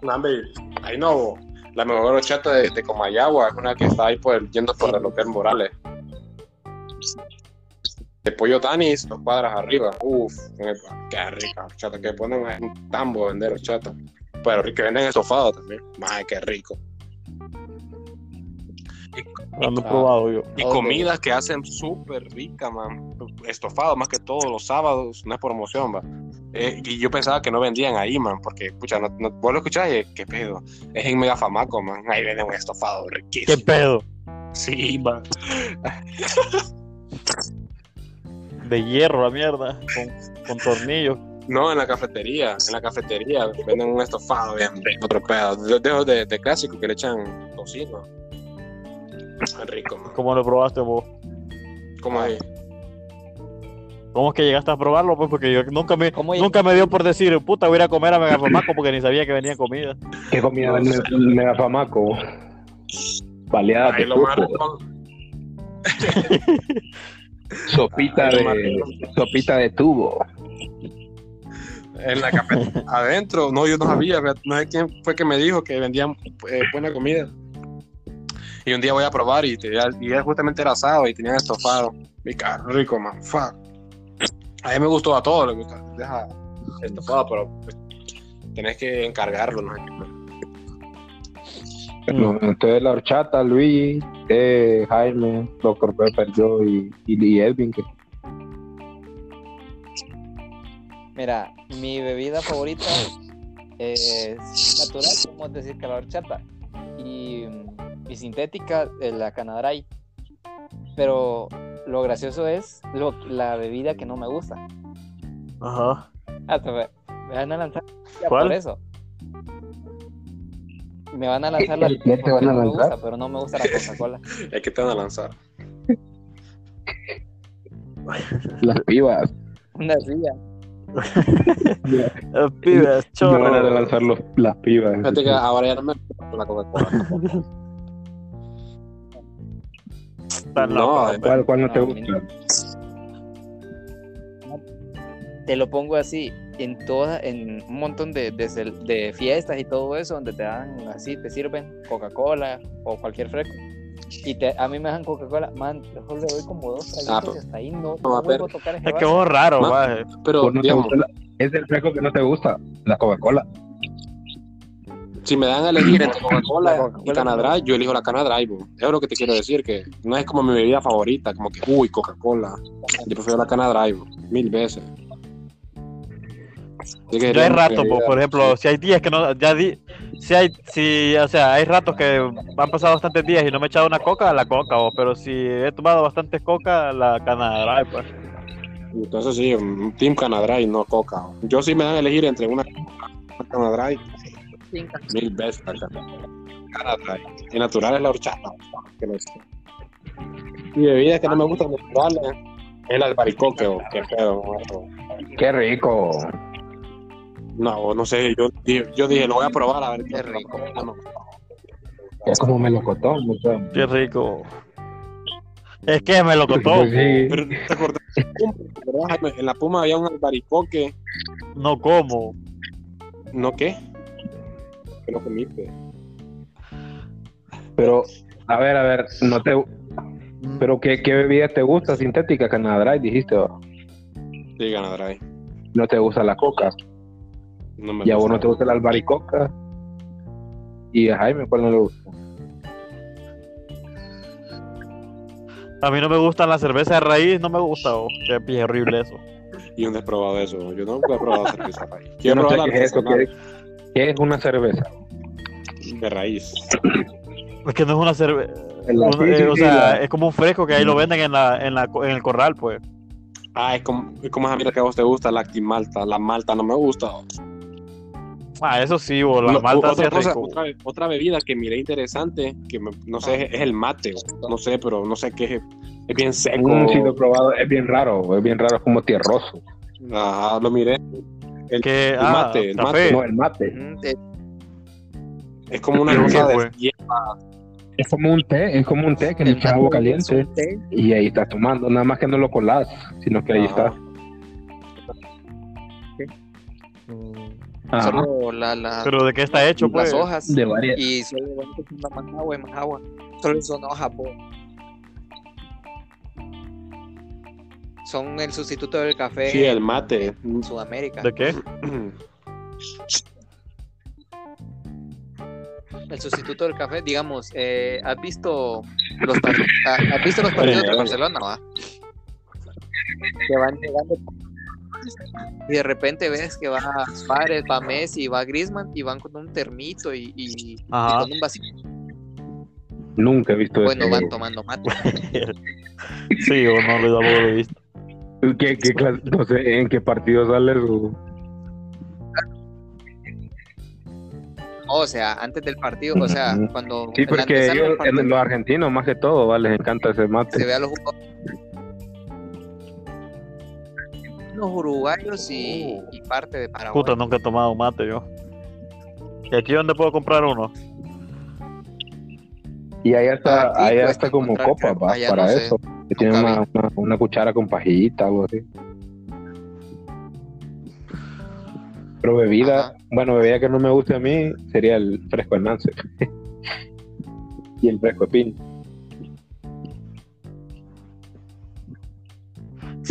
S1: No, hombre, ahí no. bo. La mejor horchata de, de Comayagua es una que está ahí por, el- yendo por el Hotel Morales. De pollo tanis, dos cuadras arriba. Uf, qué rica horchata. Que ponen ahí un tambo a vender horchata. Pero que venden estofado también. Ay, qué rico.
S3: No,
S4: ah.
S3: no he probado yo.
S1: Y
S4: Ok.
S1: comidas que hacen súper rica, man. Estofado más que todo los sábados, no es promoción, va. Eh, y yo pensaba que no vendían ahí, man, porque, pucha, no, no, vos lo escuchás y qué pedo. Es en Megafamaco, man. Ahí venden un estofado
S3: ¿Qué
S1: riquísimo.
S3: pedo?
S1: Sí, man.
S3: De hierro la mierda, con, con tornillos.
S1: No, en la cafetería. En la cafetería venden un estofado bien rico, otro pedo. De, de, de- de clásico que le echan tocino. Es rico, man.
S3: ¿Cómo lo probaste vos?
S1: ¿Cómo es?
S3: ¿Cómo es que llegaste a probarlo? Pues porque yo nunca me,
S4: ¿Cómo lleg-
S3: nunca me dio por decir, puta, voy a ir a comer a Megafamaco porque ni sabía que venía comida.
S2: qué comida del me- megafamaco. Baleada
S1: Ahí
S2: de
S1: lo más
S2: coco,
S1: rico.
S2: sopita
S1: ahí lo más
S2: de
S1: rico.
S2: sopita de tubo.
S1: En la cafetería. Adentro, no, yo no sabía, fíjate, no sé quién fue que me dijo que vendían eh, buena comida. Y un día voy a probar y, tenía- y era- justamente era asado y tenían estofado. Mi caro, rico, man, fuck. A mí me gustó a todos, le gusta. Deja estofado, pero pues, tenés que encargarlo, no sé qué. Mm.
S2: No, Entonces la horchata, Luis, eh, Jaime, Dr. Pepper, yo y, y, y Edwin. que-
S4: Mira, mi bebida favorita es natural, podemos decir que la horchata. Y, y sintética, eh, la canadray. Pero lo gracioso es lo, la bebida que no me gusta.
S3: Ajá.
S4: Hasta me, me van a lanzar ya
S3: ¿Cuál?
S4: por eso. Me van a lanzar la
S2: ¿Ya te
S4: porque
S2: van a
S4: no me
S2: lanzar?
S4: gusta, pero no me gusta la Coca-Cola.
S1: ¿A qué te van a lanzar?
S2: Las pibas.
S4: Una silla.
S3: Eh, Pibes,
S2: Me
S3: chorro.
S2: van a lanzar los, las pibas.
S1: Fíjate que ahora ya no me gusta la Coca-Cola.
S3: Está
S1: No,
S3: loco, eh.
S2: ¿Cuál, cuál no te
S4: No,
S2: gusta?
S4: Te lo pongo así, en toda, en un montón de, de cel- de fiestas y todo eso, donde te dan así, te sirven Coca-Cola o cualquier fresco. Y te, a mí me dan Coca-Cola, man, mejor le doy como dos
S1: Ah,
S4: traguitos
S1: pero-
S4: y hasta ahí no,
S1: no,
S4: no
S1: pero-
S4: vuelvo a tocar ese
S3: Es que
S4: vaso.
S3: vos raro,
S1: Ma-
S3: va. eh.
S1: Pero,
S2: ¿Cuál no te
S1: digamos,
S2: gusta la- Es el fresco que no te gusta, la Coca-Cola.
S1: si me dan a elegir entre Coca-Cola
S4: La Coca-Cola.
S1: y Canadry, yo elijo la Canadry. bo. Eso es lo que te quiero decir, que no es como mi bebida favorita, como que, uy, Coca-Cola. Yo prefiero la Canadry, bo, mil veces. Así que
S3: Ya hay
S1: sería mi
S3: ratos, po,
S1: bebida.
S3: por ejemplo, si hay días que no, ya di, si hay, si, o sea, hay ratos que han pasado bastantes días y no me he echado una coca, la coca, o, pero si he tomado bastantes coca, la canadá, pues.
S1: Entonces sí, un Team Canadry, no Coca. bo. Yo sí me dan a elegir entre una, una Canadry, mil veces la Can- Canadry. Y natural es la horchata. bo, que no sé. Y bebidas que no me gustan naturales es la albaricoque, bo, que pedo. bo.
S2: Qué rico.
S1: No, no sé, yo, di- yo dije, lo voy a probar a ver
S4: Qué rico.
S1: No me gusta.
S2: Es como melocotón. o sea.
S3: Qué rico. Es que me lo contó.
S2: Pues Sí.
S1: Pero te acordás, ¿verdad, Jaime? en la Puma había un albaricoque,
S3: No como.
S1: ¿no qué? Que lo comiste.
S2: Pero, a ver, a ver, no te... Pero, ¿qué, qué bebida te gusta? Sintética, Canadá, dijiste. ¿va?
S1: Sí, Ganadray.
S2: No te gusta la coca.
S1: No me
S2: Y a vos
S1: gusta.
S2: no te gusta la albaricoca. Y a Jaime, ¿cuál no le gusta?
S3: A mí no me gustan las cervezas de raíz, no me gusta, oh. Qué pije horrible eso.
S1: Y un desprobado de eso. Yo nunca he probado cerveza de raíz.
S2: Yo
S1: Quiero
S2: no sé
S1: probar la
S2: qué es eso. ¿Qué
S1: artesanal
S2: es, qué es una cerveza?
S1: de raíz.
S3: Es que no es una cerveza.
S2: En la- sí, sí,
S3: o
S2: sí,
S3: sea,
S2: la-
S3: es como un fresco que ahí lo venden en, la, en, la, co- en el corral, pues.
S1: Ah, es como, es como esa mierda que a vos te gusta, la malta. La malta no me gusta.
S3: Ah, eso sí, o la
S1: Lo-
S3: malta sí
S1: otra,
S3: es
S1: cosa-
S3: rico.
S1: otra, otra bebida que miré interesante, que me- no sé, es el mate. No sé, pero no sé qué es. Es bien seco.
S2: Un Mm, sí lo he probado, es bien raro, es bien raro, es como tierroso.
S1: Ajá, lo miré.
S3: Que,
S1: el
S3: ah,
S1: mate, el
S3: café.
S2: No, el mate.
S4: Mm, te-
S1: Es como una
S3: Sí,
S1: cosa de
S3: güey.
S1: hierba.
S2: Es como un té, es como un té que le echas agua caliente y ahí estás tomando. Nada más que no lo colás, sino que ahí
S4: Ah.
S1: Ajá.
S2: está.
S4: Ah,
S2: Ajá.
S4: Solo la, la,
S3: Pero de qué está hecho, pues.
S4: las hojas.
S2: De varias.
S4: Y solo van cogiendo más agua y más agua. Solo son hojas, po. Son el sustituto del café
S1: Sí, el mate.
S4: en Sudamérica.
S3: ¿De qué?
S4: El sustituto del café, digamos, eh, ¿has visto los par- ah, has visto los partidos de Barcelona, va? Que van llegando y de repente ves que va Suárez, va Messi, va Griezmann y van con un termito y, y- y
S2: Ah,
S3: Ajá.
S4: con un vasito.
S2: Nunca he visto
S4: Bueno,
S2: eso.
S4: van tomando mate.
S3: Sí, o no le da lo he visto.
S2: ¿Qué, qué clase- no sé en qué partido sale eso?
S4: O sea, antes del partido, o sea, cuando
S2: Sí,
S4: en la
S2: porque
S4: antesala del
S2: ellos, eh,
S4: partido,
S2: en- los argentinos más que todo, ¿va? les encanta ese mate.
S4: se ve a los jugadores. Los uruguayos y,
S2: Oh.
S4: y parte de Paraguay.
S3: Puta, nunca he tomado mate yo. ¿Y aquí dónde puedo comprar uno?
S2: Y ahí hasta,
S4: Aquí
S2: ahí
S4: cuesta
S2: hasta como
S4: Ah, encontrar,
S2: copa
S4: creo.
S2: va,
S4: Allá
S2: para
S4: no sé.
S2: eso. Que tiene
S4: Nunca
S2: una, una, una cuchara con pajita, algo así. Pero bebida,
S4: Ajá.
S2: bueno, bebida que no me guste a mí sería el fresco de Nance. y el fresco de pin.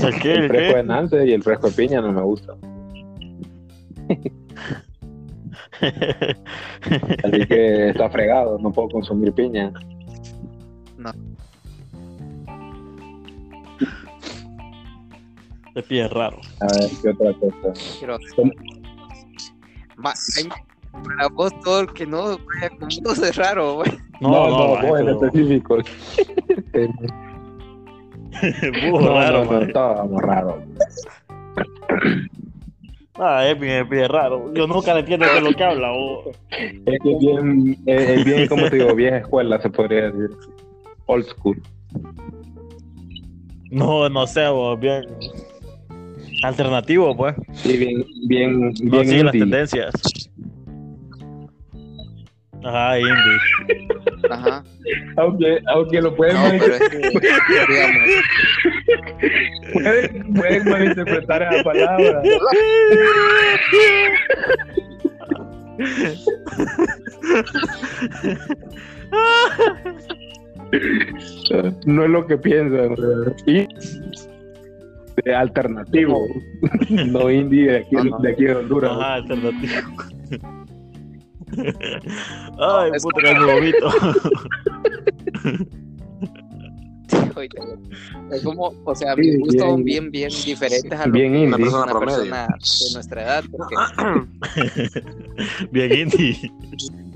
S3: ¿El qué?
S2: El
S3: ¿El
S2: fresco
S3: qué?
S2: de Nance y el fresco de piña no me gusta. Así que está fregado, no puedo consumir piña.
S3: De pie raro.
S2: A ver, ¿qué otra cosa?
S4: Quiero-
S2: ¿Cómo?
S4: Ma- ay, Para vos todo el que no vaya con vos es raro, güey.
S2: pues,
S3: No, no,
S2: vos en
S3: no,
S2: específico.
S3: Bujo
S2: No,
S3: raro,
S2: no, no,
S3: man.
S2: estábamos raros.
S3: Ah, es bien, es bien raro. Yo nunca le entiendo qué es lo que habla. o-
S2: Es que es bien, es, es bien, como te digo, vieja escuela, se podría decir. Old school.
S3: No, no sé, vos, bien. Alternativo, pues.
S2: Y bien, bien,
S3: No
S2: bien
S3: sigue las
S2: indie.
S3: tendencias. Ajá, indie.
S4: Ajá.
S2: Aunque, aunque lo pueden,
S4: No, pero es que, digamos,
S2: pueden, pueden malinterpretar esa palabra. No es lo que piensan. Y de alternativo. No indie de aquí, de aquí de Honduras.
S3: Ajá, alternativo. Ay,
S4: es
S3: puta, que me vomito.
S4: oíte, es como, o sea,
S2: Sí,
S4: mis gustos son
S2: bien-
S4: bien, bien diferentes a lo
S2: Bien
S4: que
S2: indie.
S4: una persona,
S1: Una persona
S4: persona de nuestra edad, porque,
S3: Bien indie.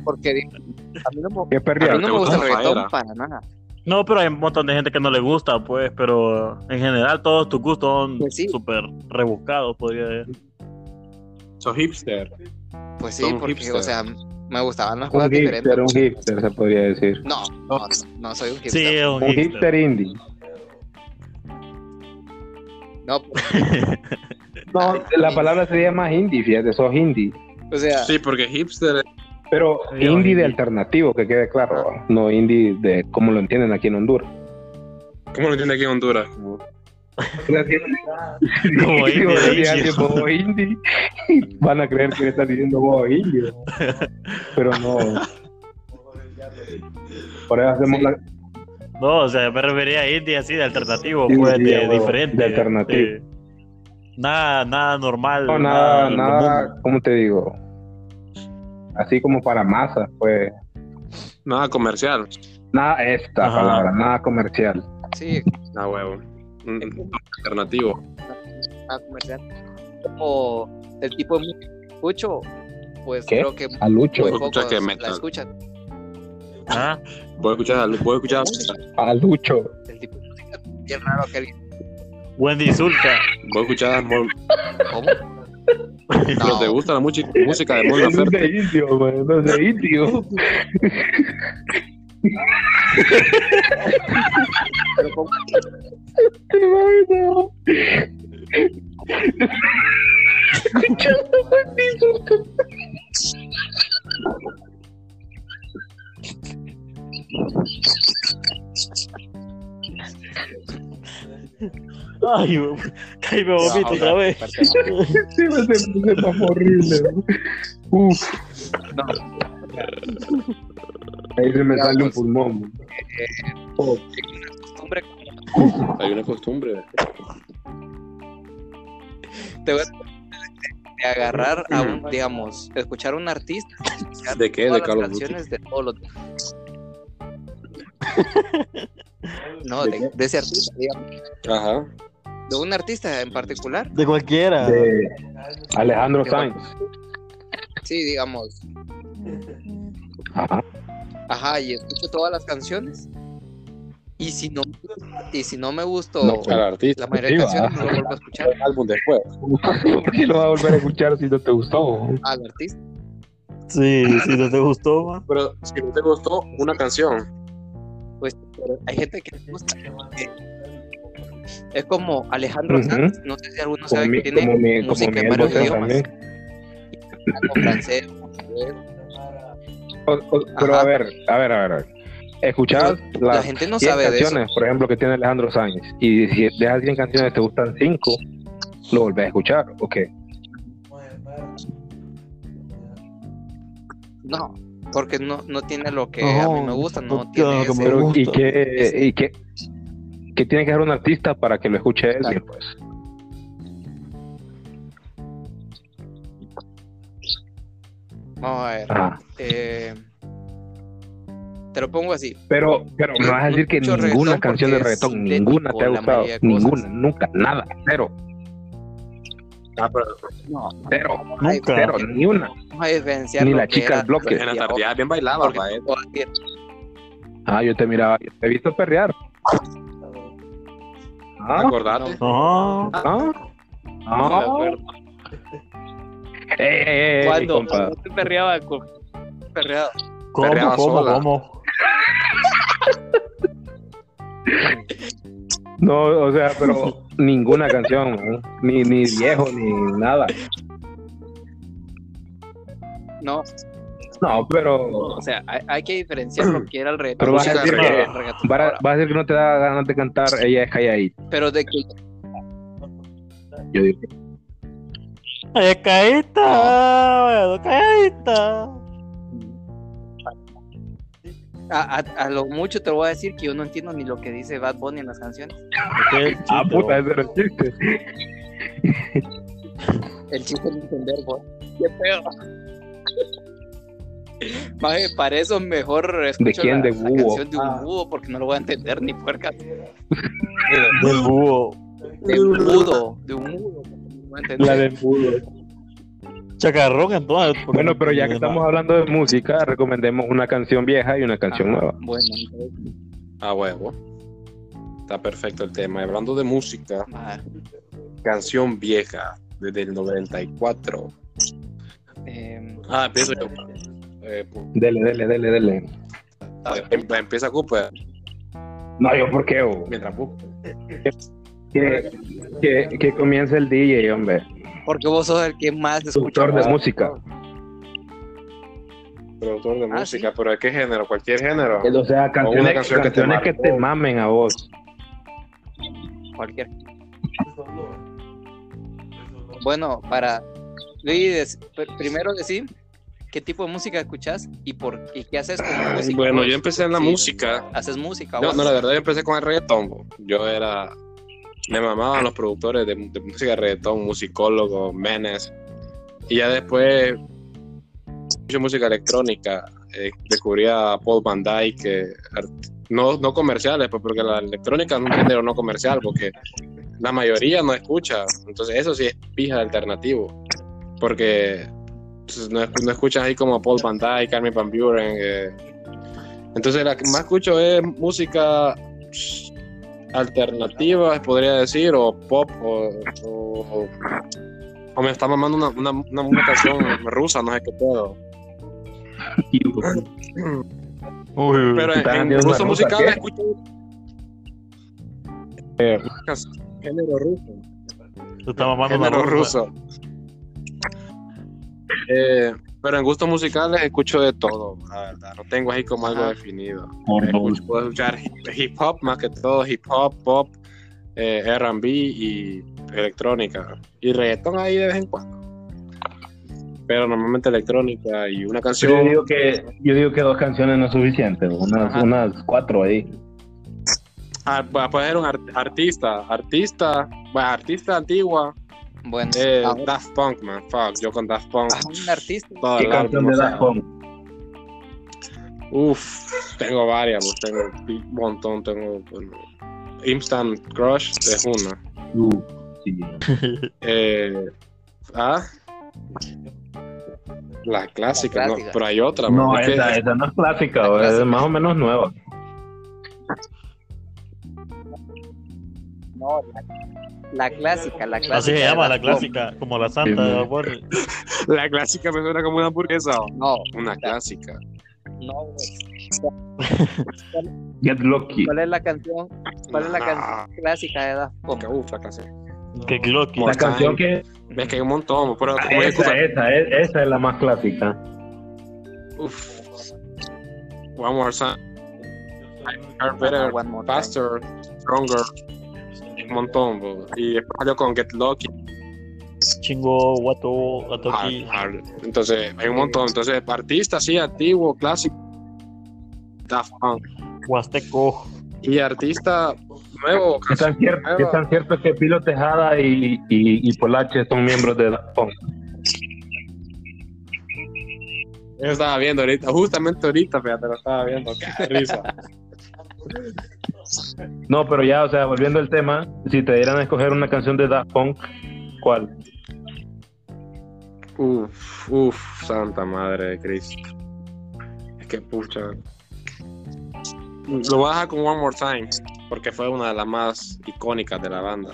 S4: porque digo, a mí no me,
S2: Qué
S4: a
S2: perreo.
S4: mí no
S1: ¿te
S4: me
S1: gusta
S4: gusta el reggaetón
S1: Rafaela?
S4: para nada.
S3: No, pero hay un montón de gente que no le gusta, pues, pero en general todos tus gustos son
S4: Pues sí.
S3: súper rebuscados, podría decir.
S1: Sos hipster.
S4: Pues sí,
S1: Son un
S4: porque,
S1: hipster.
S4: o sea, me gustaban las cosas
S2: Un
S4: diferentes.
S2: hipster, un hipster se podría decir.
S4: No, no, no soy un hipster.
S3: Sí, es un
S2: Un hipster
S3: hipster.
S2: indie.
S4: No,
S2: No, la palabra sería más indie, fíjate, sos indie.
S4: o sea,
S1: Sí, porque hipster
S2: Pero
S3: Sí,
S2: indie,
S3: indie.
S2: de alternativo, que quede claro, ¿va? no indie de como lo entienden aquí en Honduras.
S1: ¿Cómo lo entiende aquí en Honduras?
S3: Como
S2: Si vos
S3: indie,
S2: decís
S3: de
S2: algo
S3: indio.
S2: como indie, van a creer que le estás diciendo vos indie. Pero no. Por eso hacemos
S4: Sí,
S2: la-
S3: No, o sea, me refería a indie así, de alternativo,
S2: Sí,
S3: pues,
S2: sí,
S3: de,
S2: a huevo,
S3: diferente.
S2: de alternativo.
S3: de- Nada, nada normal.
S2: no, nada, nada, ¿cómo te digo? Así como para masas, pues.
S1: Nada comercial.
S2: Nada esta
S3: Ajá.
S2: palabra, nada comercial.
S4: sí,
S1: Ah, huevo. Mm, mm, Alternativo.
S4: a comercial. Como el tipo de música que escucho, pues
S2: ¿Qué?
S4: creo que muy
S2: A Lucho.
S1: Bueno.
S4: pocos
S1: Escucha que
S4: la
S1: metal.
S4: escuchan.
S3: Ajá.
S1: Voy a escuchar, voy a escuchar.
S2: A Lucho.
S4: El tipo de música bien raro que alguien.
S3: Wendy Zulka.
S1: Voy a escuchar. mo-
S4: ¿Cómo?
S1: Pero te gusta la muchi- música de Mon
S2: No es
S1: Laferte.
S2: de indio, man, no es de indio.
S4: pero ¿cómo?
S3: Ay, me- ay, me vomito
S4: No,
S3: otra vez.
S2: Sí, me se me se pasó horrible. man. Uf.
S4: No.
S2: Ahí se me
S4: Ya,
S2: sale un
S4: pues.
S2: pulmón. man.
S4: Hombre,
S1: Hay una costumbre.
S4: te voy a de agarrar a un, digamos, escuchar a un artista. escuchar
S1: ¿De qué? ¿De
S4: todas las
S1: Carlos Duty?
S4: canciones de todos los. No, de, de ese artista, digamos,
S1: Ajá.
S4: de un artista en particular.
S3: De cualquiera.
S2: De Alejandro Sanz.
S4: Sí, digamos,
S2: Ajá.
S4: Ajá, y escucho todas las canciones. Y si no, y si no me gustó
S2: No, pues,
S1: Al artista.
S4: la mayoría de
S2: sí, va.
S4: canciones, no lo vuelvo a escuchar
S1: El álbum después.
S2: ¿Por qué lo vas a volver a escuchar si no te gustó?
S4: al artista.
S3: Sí, si no te gustó, ma.
S1: Pero si no te gustó una canción.
S4: Pues pero hay gente que le gusta. que- Es como Alejandro
S2: Ujú.
S4: Sanz, no sé si alguno
S2: Como
S4: sabe
S2: mi,
S4: que tiene
S2: como mi, como
S4: música en
S2: Miguel
S4: varios
S2: Bosé
S4: idiomas.
S2: también.
S4: como francés, portugués.
S2: O- o- pero
S4: Ajá.
S2: a ver, a ver, a ver, a ver. Escuchás
S4: La,
S2: las
S4: gente no
S2: 100
S4: sabe de eso.
S2: canciones, por ejemplo, que tiene Alejandro Sáenz, y si de esas 100 canciones te gustan 5, lo volvés a escuchar, ¿o qué?
S4: No, porque no, no tiene lo que a mí me gusta, no,
S3: no
S4: tiene
S3: tiene lo que me
S4: ese-
S2: Pero, ¿y
S3: gusta.
S2: qué, y qué, qué tiene que ser un artista para que lo escuche él?
S4: Claro.
S2: pues?
S4: Vamos a ver.
S2: Ajá.
S4: eh, te lo pongo así.
S2: Pero, pero me vas a decir que
S4: Mucho
S2: ninguna
S4: reggaetón
S2: canción de
S4: porque es
S2: reggaetón, ninguna te ha
S4: sintético, la
S2: gustado,
S4: mayoría de cosas.
S2: ninguna, nunca, nada, cero,
S1: Ah, pero
S4: No,
S2: cero,
S3: Nunca.
S2: cero, ni una,
S4: vamos a diferenciar
S2: ni
S4: lo
S2: la
S4: que
S2: chica
S4: era
S2: del bloque.
S1: en la tardía bien bailaba,
S4: Porque
S1: pa, eh.
S4: todavía-
S2: Ah, yo te miraba, yo te he visto perrear. Ah,
S1: Acordate.
S3: No.
S2: ah,
S4: No me
S2: ah.
S4: acuerdo.
S2: Ey, ey, ey,
S4: ¿Cuándo?
S2: Eh, compa.
S4: ¿Cuándo te perreaba? cu- Perreaba.
S3: ¿Cómo,
S1: Perreaba
S3: cómo,
S1: sola.
S3: cómo?
S2: No, o sea, pero ninguna canción, ¿no? ni, ni viejo, ni nada.
S4: No,
S2: No, pero
S4: o sea, hay, hay que diferenciar lo que era el reggaetón.
S2: Pero vas a
S4: música
S2: decir
S4: reggae-
S2: que-
S4: reggaetón.
S2: va a, va a decir que no te da ganas de cantar, ella es calladita.
S4: Pero de que
S2: Yo digo,
S3: Eh, caíta, eh, caíta.
S4: a, a- a lo mucho te voy a decir que yo no entiendo ni lo que dice Bad Bunny en las canciones.
S3: Qué
S2: ah,
S3: chiste,
S2: puta,
S3: vos.
S2: ese era el chiste.
S4: El chiste es entender, vos. Qué pedo. Maje, para eso mejor escucho
S2: quién?
S4: la,
S2: ¿De
S4: la
S2: Búho?
S4: canción de un
S2: Ah.
S4: búho porque no lo voy a entender ni puerca.
S3: Del búho.
S4: De un mudo, de un mudo. No voy a entender.
S3: La del búho. Chacarrón, entonces. porque
S2: Bueno,
S3: no
S2: pero ya que
S3: tiene
S2: estamos
S3: nada.
S2: hablando de música, recomendemos una canción vieja y una canción nueva.
S4: Ah, Bueno, entonces,
S1: A Ah, huevo. Está perfecto el tema. Y Hablando de música,
S4: maje,
S1: canción vieja, desde el 94.
S4: eh,
S1: Ah, empiezo yo. Eh, pu-
S2: Dele, dele, dele, dele.
S1: em- empieza Cooper,
S2: No, yo por qué, bo?
S1: mientras busco.
S2: que, que, que comience el DJ, hombre.
S4: porque vos sos el que más escucha.
S2: Productor de música.
S1: Productor de
S4: Ah,
S1: música, pero ¿de qué género? ¿Cualquier género?
S2: O sea, canciones,
S1: canción que te
S2: canciones que, te
S1: marcó.
S2: mamen a vos.
S4: cualquier. Bueno, para Luis, des- pr- primero decir qué tipo de música escuchas y por y qué haces con la música.
S1: Bueno,
S4: vos.
S1: yo empecé en la
S4: Sí,
S1: música.
S4: Haces música.
S1: No,
S4: vos.
S1: no, la verdad yo empecé con el reggaetón. bo. Yo era... Me mamaban los productores de, de música de reggaetón, musicólogos, menes. Y ya después, mucha música electrónica. Eh, descubrí a Paul Van Dyke, eh, art- no, no comerciales, pues, porque la electrónica es un género no comercial, porque la mayoría no escucha. Entonces eso sí es pija alternativo. Porque pues, no, no escuchas ahí como Paul Van Dyke, Carmen Van Buren. eh, entonces la que más escucho es música psh, alternativa, podría decir, o pop, o, o, o me está mamando una, una, una, una canción rusa, no sé qué pedo.
S2: pues,
S3: Uy,
S1: Pero en,
S2: Están
S1: en
S2: haciendo una
S1: gusto
S2: rusa,
S1: musical
S2: ¿qué?
S1: escucho
S2: Eh,
S1: género ruso.
S3: te está mamando una
S1: género
S3: rosa.
S1: ruso. Eh, pero en gustos musicales escucho de todo, la verdad. No tengo así como algo
S4: Ajá.
S1: definido. Escucho- Eh, puedo escuchar hip, hip hop, más que todo hip hop, pop, eh, RB y electrónica. Y reggaetón ahí de vez en cuando. Pero normalmente electrónica y una
S2: Yo
S1: canción.
S2: digo que yo digo que dos canciones no es suficiente, unas,
S4: Ajá.
S2: unas cuatro ahí.
S1: Ah, va- puede ser un ar- artista, artista, va, artista antigua.
S4: Bueno,
S1: Eh, ah,
S4: ahora,
S1: Daft Punk, man. Fuck, yo con Daft Punk.
S4: a un artista.
S1: todo
S2: ¿Qué
S1: el
S2: canción
S1: álbum, o
S2: de
S1: sea,
S2: Daft Punk?
S1: Uf, tengo varias, pues, tengo un montón, tengo bueno, Instant Crush es una.
S2: Uh, sí.
S1: Eh, ah, la clásica,
S4: La
S1: no,
S4: clásica.
S1: pero hay otra.
S2: No,
S1: man, es que-
S2: esa, esa no es clásica,
S4: La
S2: o es
S4: clásica.
S2: más o menos nueva.
S4: No, la, la clásica, la clásica.
S3: Así se
S4: de
S3: llama la
S4: Bad Bunny.
S3: clásica, como la santa
S2: Sí,
S3: de
S2: sí.
S3: Bad Bunny.
S1: la clásica me suena como una hamburguesa. o
S4: No,
S1: Una clásica.
S4: no. güey.
S2: Get Lucky.
S4: ¿Cuál es la canción? ¿Cuál es la canción clásica de Daft Punk?
S1: Porque, uf, la clásica.
S3: Que Glocky.
S2: La
S1: Mortal.
S2: canción que
S1: Ves que hay un montón, pero
S2: Ah,
S1: como
S2: esa,
S1: disculpa,
S2: esa, es, esa es la más clásica.
S1: uf. One more time. Are
S4: Ah,
S1: better,
S4: One More Time.
S1: faster, stronger. Un montón, bo. y después salió con Get Lucky.
S3: Chingo, guato, gatoki.
S1: Ar- ar- Entonces, hay un montón. Entonces, artista, sí, antiguo, clásico. Daft Punk.
S3: Huasteco.
S1: Y artista nuevo.
S2: ¿Qué tan cierto, qué tan cierto es que Pilo Tejada y, y, y Polache son miembros de Daft Punk?
S1: Yo estaba viendo ahorita, justamente ahorita, fíjate, lo estaba viendo. Qué risa.
S2: No, pero ya, o sea, volviendo al tema, si te dieran a escoger una canción de Daft Punk, ¿cuál?
S1: Uf, uf, santa madre de Cristo. Es que pucha. Lo baja con One More Time. porque fue una de las más icónicas de la banda.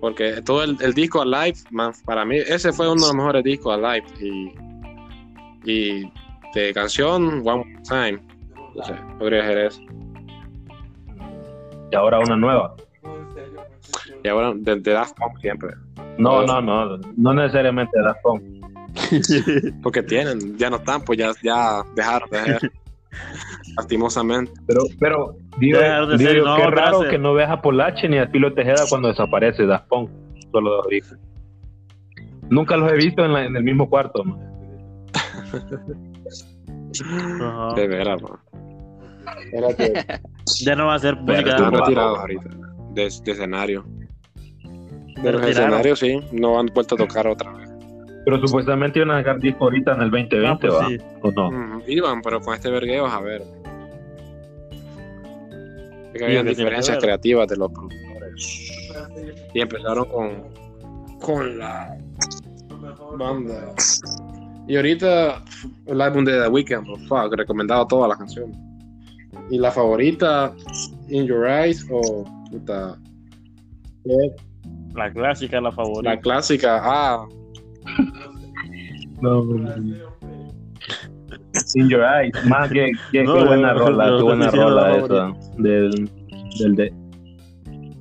S1: Porque todo el, el disco Alive, man, para mí, ese fue uno de los mejores discos Alive. Y, y de canción, One More Time. No sé, podría ser eso.
S7: Y ahora una nueva.
S1: Y ahora, desde Daft Punk siempre. Oh.
S7: No, no, no. No necesariamente Daft Punk.
S1: Porque tienen, ya no están, pues ya, ya dejaron de ser. Lastimosamente.
S7: Pero, pero digo,
S3: Dejar de
S7: digo
S3: ser,
S7: yo,
S3: no,
S7: qué
S3: gracias.
S7: raro que no veas a Polache ni a Pilo Tejeda cuando desaparece Daft Punk. Solo lo digo. Nunca los he visto en, la- en el mismo cuarto. man.
S3: Ajá.
S1: De veras, man.
S3: Ya no va a ser música.
S1: Están
S7: Pero-
S1: retirados ahorita de, de escenario. De los
S3: retiraron.
S1: escenarios, sí, no han vuelto a tocar otra vez.
S7: Pero supuestamente iban a sacar disco ahorita en el 2020,
S3: Ah, pues
S7: ¿va?
S3: sí.
S7: ¿O no?
S1: Ujú, Iban, pero con este vergueo, a ver. Porque habían
S3: que tiene que
S1: diferencias
S3: ver.
S1: creativas de los productores. Y empezaron con, con la banda. Y ahorita el álbum de The Weeknd, bro, fuck, recomendado todas las canciones. Y la favorita, In Your Eyes o puta,
S3: La clásica, la favorita.
S1: la clásica, ah,
S7: No, In Your Eyes, más que, que-
S3: No,
S7: qué buena
S3: no,
S7: rola,
S3: no,
S7: qué
S3: no,
S7: buena
S3: sí, sí, no,
S7: rola
S3: no,
S7: esa. Del, del, de-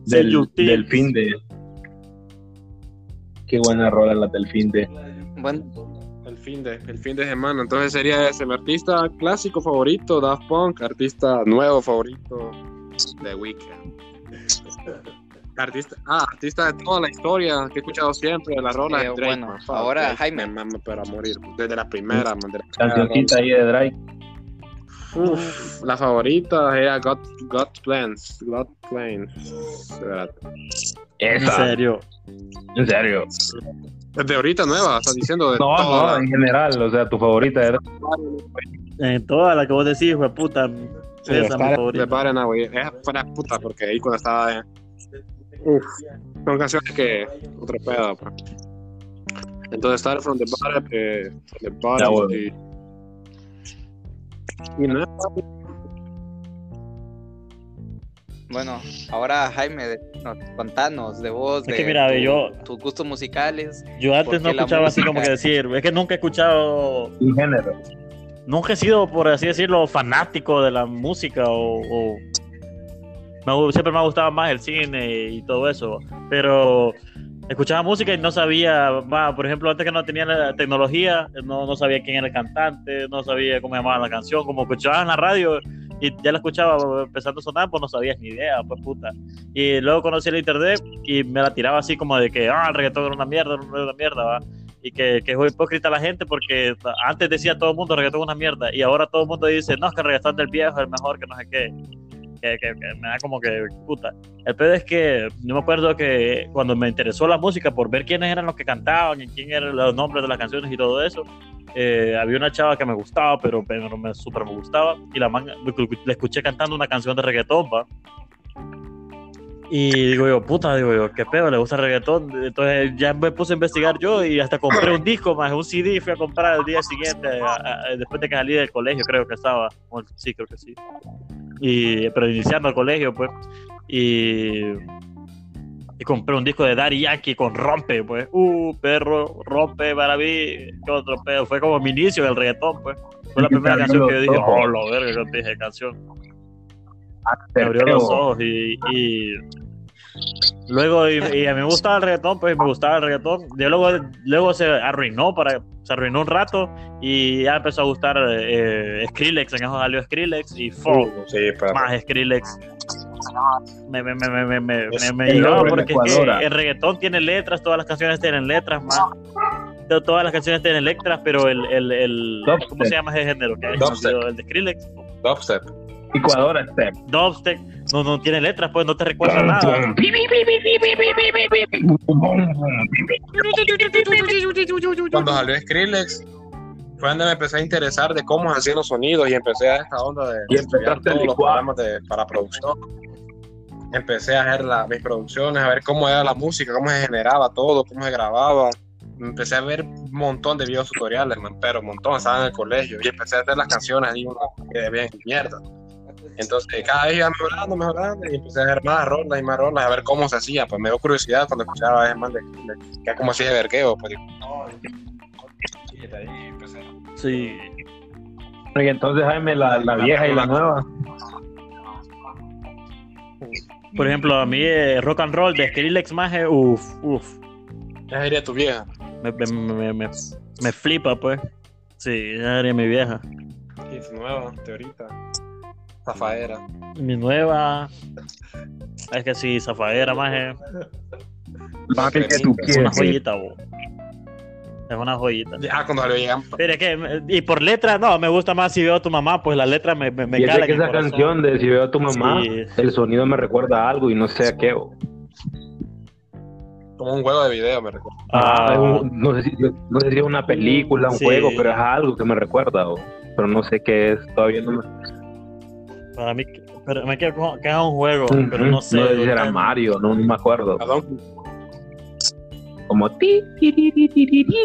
S3: Send you
S7: del,
S3: tears.
S7: del fin de. Qué buena rola la del fin de.
S4: Buen-
S1: el fin de, el fin de semana. Entonces sería ese, mi artista clásico favorito, Daft Punk, artista nuevo favorito, The Weeknd. Artista, ah, artista de toda la historia que he escuchado siempre, de la rola
S4: Eh,
S1: de Drake.
S4: bueno,
S1: man, fuck,
S4: ahora
S1: Drake,
S4: Jaime.
S1: me mama, pero a morir, desde la primera, man, de la primera
S7: Cancioncita ahí de Drake.
S1: rola. Uf, la favorita eh, era God, God Plans, God Plans. Espérate.
S3: En
S7: Esa,
S3: serio.
S7: en serio.
S1: Desde ahorita nueva, estás diciendo de
S7: No,
S1: toda
S7: no, en general, o sea, tu favorita era.
S3: En toda la que vos decís, fue puta.
S1: Sí,
S3: esa es mi
S1: Spare-
S3: favorita.
S1: de Spare Now, güey. Esa fue la puta, porque ahí cuando estaba. eh, uf, son canciones que. Otro pedo, pues. Entonces, Start from the Bottom. eh, from the bottom,
S7: Ya, güey.
S1: y. Y nada,
S4: Bueno, ahora Jaime, de- no, contanos de vos, de
S3: Es que mira,
S4: tu-
S3: yo-
S4: tus gustos musicales.
S3: Yo antes no
S4: Porque la
S3: escuchaba así
S4: música-
S3: como que decir, es que nunca he escuchado,
S7: Un género.
S3: nunca he sido, por así decirlo, fanático de la música o... o- me gu- siempre me ha gustado más el cine y todo eso, pero escuchaba música y no sabía, va, por ejemplo, antes que no tenía la tecnología, no, no sabía quién era el cantante, no sabía cómo llamaba la canción, como escuchaba en la radio y ya la escuchaba empezando a sonar, pues no sabías ni idea, pues puta. Y luego conocí el internet y me la tiraba así como de que, ah, el reggaetón era una mierda, era una mierda, va. Y que, que es hipócrita la gente porque antes decía todo el mundo reggaetón es una mierda y ahora todo el mundo dice, no, es que el reggaetón del viejo es el mejor, que no sé qué. Que, que- que me da como que puta. El pedo es que yo me acuerdo que cuando me interesó la música por ver quiénes eran los que cantaban y quién eran los nombres de las canciones y todo eso, eh, había una chava que me gustaba, pero, pero me súper me gustaba. Y la manga, le escuché cantando una canción de reggaetón, va. Y digo yo, puta, digo yo, qué pedo, le gusta el reggaetón. Entonces ya me puse a investigar yo y hasta compré un disco más, un CD, y fui a comprar al día siguiente, a- a- después de que salí del colegio, creo que estaba. o- Sí, creo que sí. Y, pero iniciando el colegio, pues. Y, y compré un disco de Daddy Yankee con Rompe, pues. Uh, perro, Rompe, para mí, qué otro pedo. Fue como mi inicio del reggaetón, pues. Fue la
S7: Y te
S3: primera
S7: abrió
S3: canción que yo
S7: los
S3: dije,
S7: ojos.
S3: oh, lo verga, yo dije canción me abrió los ojos y, y luego y, y a mí me gustaba el reggaetón pues me gustaba el reggaetón yo luego luego se arruinó para se arruinó un rato y ya empezó a gustar eh, Skrillex en eso salió Skrillex y Fog
S1: sí, pero-
S3: más Skrillex me me me me me me, me, me
S7: el
S3: llegaba
S7: hombre
S3: porque
S7: de
S3: es que
S7: Ecuador.
S3: el reggaetón tiene letras todas las canciones tienen letras más to- todas las canciones tienen letras pero el el, el cómo
S7: Dubstep.
S3: se llama ese género que es
S1: Dubstep.
S3: el de Skrillex
S1: Dubstep.
S7: Ecuador Step.
S3: dubstep no no tiene letras pues no te recuerda nada
S1: Cuando salió Skrillex, fue donde me empecé a interesar de cómo hacían los sonidos y empecé a esta onda de
S7: Y
S1: estudiar
S7: empezaste a
S1: todos los
S7: licuar.
S1: programas de, para producción. Empecé a hacer la- mis producciones, a ver cómo era la música, cómo se generaba todo, cómo se grababa. Empecé a ver un montón de videos tutoriales, man, pero un montón, estaba en el colegio y empecé a hacer las canciones y una que bien mierda. Entonces, cada vez iba mejorando, mejorando, y empecé a hacer más rondas y más rondas, a ver cómo se hacía. Pues me dio curiosidad cuando escuchaba a veces más de, de- que cómo hacía vergueo. Pues, digo, no, y- y de ahí empecé.
S3: Sí.
S2: Y entonces, Jaime, la, la vieja y la nueva.
S3: Por ejemplo, a mí eh, rock and roll de Skrillex Maje, uff, uff.
S1: Ya sería tu vieja.
S3: Me, me, me, me- me flipa, pues. Sí, esa sería mi vieja.
S1: Y tu nueva, teorita. Zafaera.
S3: Mi nueva. Es que sí, Zafadera Maje.
S7: Papi, que tú
S3: Es una
S7: quieres.
S3: joyita, bo. Es una joyita.
S1: Ah, cuando le llegan.
S3: Pero es que, y por letra, no, me gusta más si veo a tu mamá, pues la letra me, me, me
S2: y es de
S3: cala
S2: que
S3: en el
S2: esa
S3: corazón.
S2: canción de Si veo a tu mamá,
S3: Sí.
S2: el sonido me recuerda a algo y no sé a qué. bo.
S1: Como un juego de video, me recuerdo.
S3: Ah,
S2: Es un- no, sé si, no sé si es una película, un
S3: Sí.
S2: juego, pero es algo que me recuerda. bo. Pero no sé qué es, todavía no me
S3: para mí, que- pero me quedo con- que es un juego, pero
S2: Ujú.
S3: no sé.
S2: si era Mario, no, no me acuerdo.
S1: A Donkey Kong.
S2: Como ti, ti, ti, ti, ti, ti, ti.